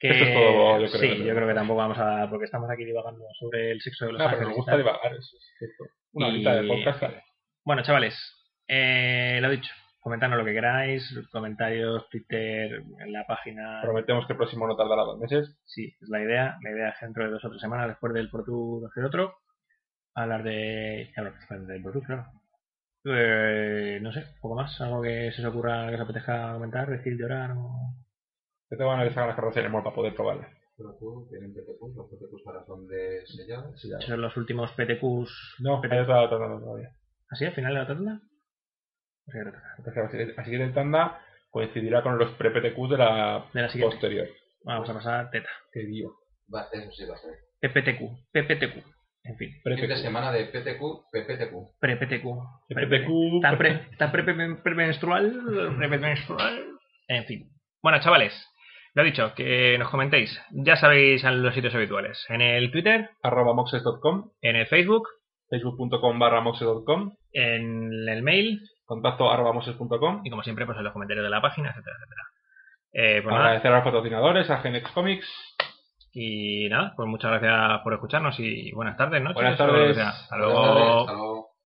Que... Esto es todo, yo creo Sí, que- yo creo que tampoco vamos a... Porque estamos aquí divagando sobre el sexo de los No, Ah, pero ángeles. nos y gusta tal. divagar, eso es cierto. Una Y- horita de podcast, claro. Bueno, chavales, eh, lo dicho. Comentadnos lo que queráis. Comentarios, Twitter, en la página. Prometemos que el próximo no tardará dos meses. Sí, es la idea. La idea es dentro de dos o tres semanas, después del Portu hacer otro, hablar de. hablar del Pro Tour, claro. Eh, no sé, poco más, algo que se os ocurra que os apetezca comentar, decir, llorar o. Que te van a dejar las cartas en el para poder probarlas. Pero tú, tienen PTQs, los PTQs ahora son de selladas. Sí, ya. Esos son los últimos PTQs. No, PT ahí está la tanda todavía. ¿Así al final de la tanda? O sea, De Entonces, la siguiente- la siguiente tanda coincidirá con los pre-PTQs de la la siguiente. posterior. Vamos a pasar teta. Qué lío. Va, eso sí va a ser. PPTQ, PPTQ. En fin, Fin de Pre-PTQ. semana de PTQ, PPTQ. pre-PTQ. PTQ. Está pre, está pre- pre- premenstrual, premenstrual. En fin. Bueno, chavales, Lo dicho, que nos comentéis. Ya sabéis en los sitios habituales. En el Twitter, arroba moxes.com, en el Facebook, facebook.com barra moxes.com, en el mail contacto arroba moxes.com. y como siempre pues en los comentarios de la página, etcétera, etcétera. Eh, pues nada, Agradecer a los patrocinadores, a Genex Comics. y nada, pues muchas gracias por escucharnos y buenas tardes, noches. Buenas o lo que tardes. sea. Hasta Buenas luego. tardes, hasta luego.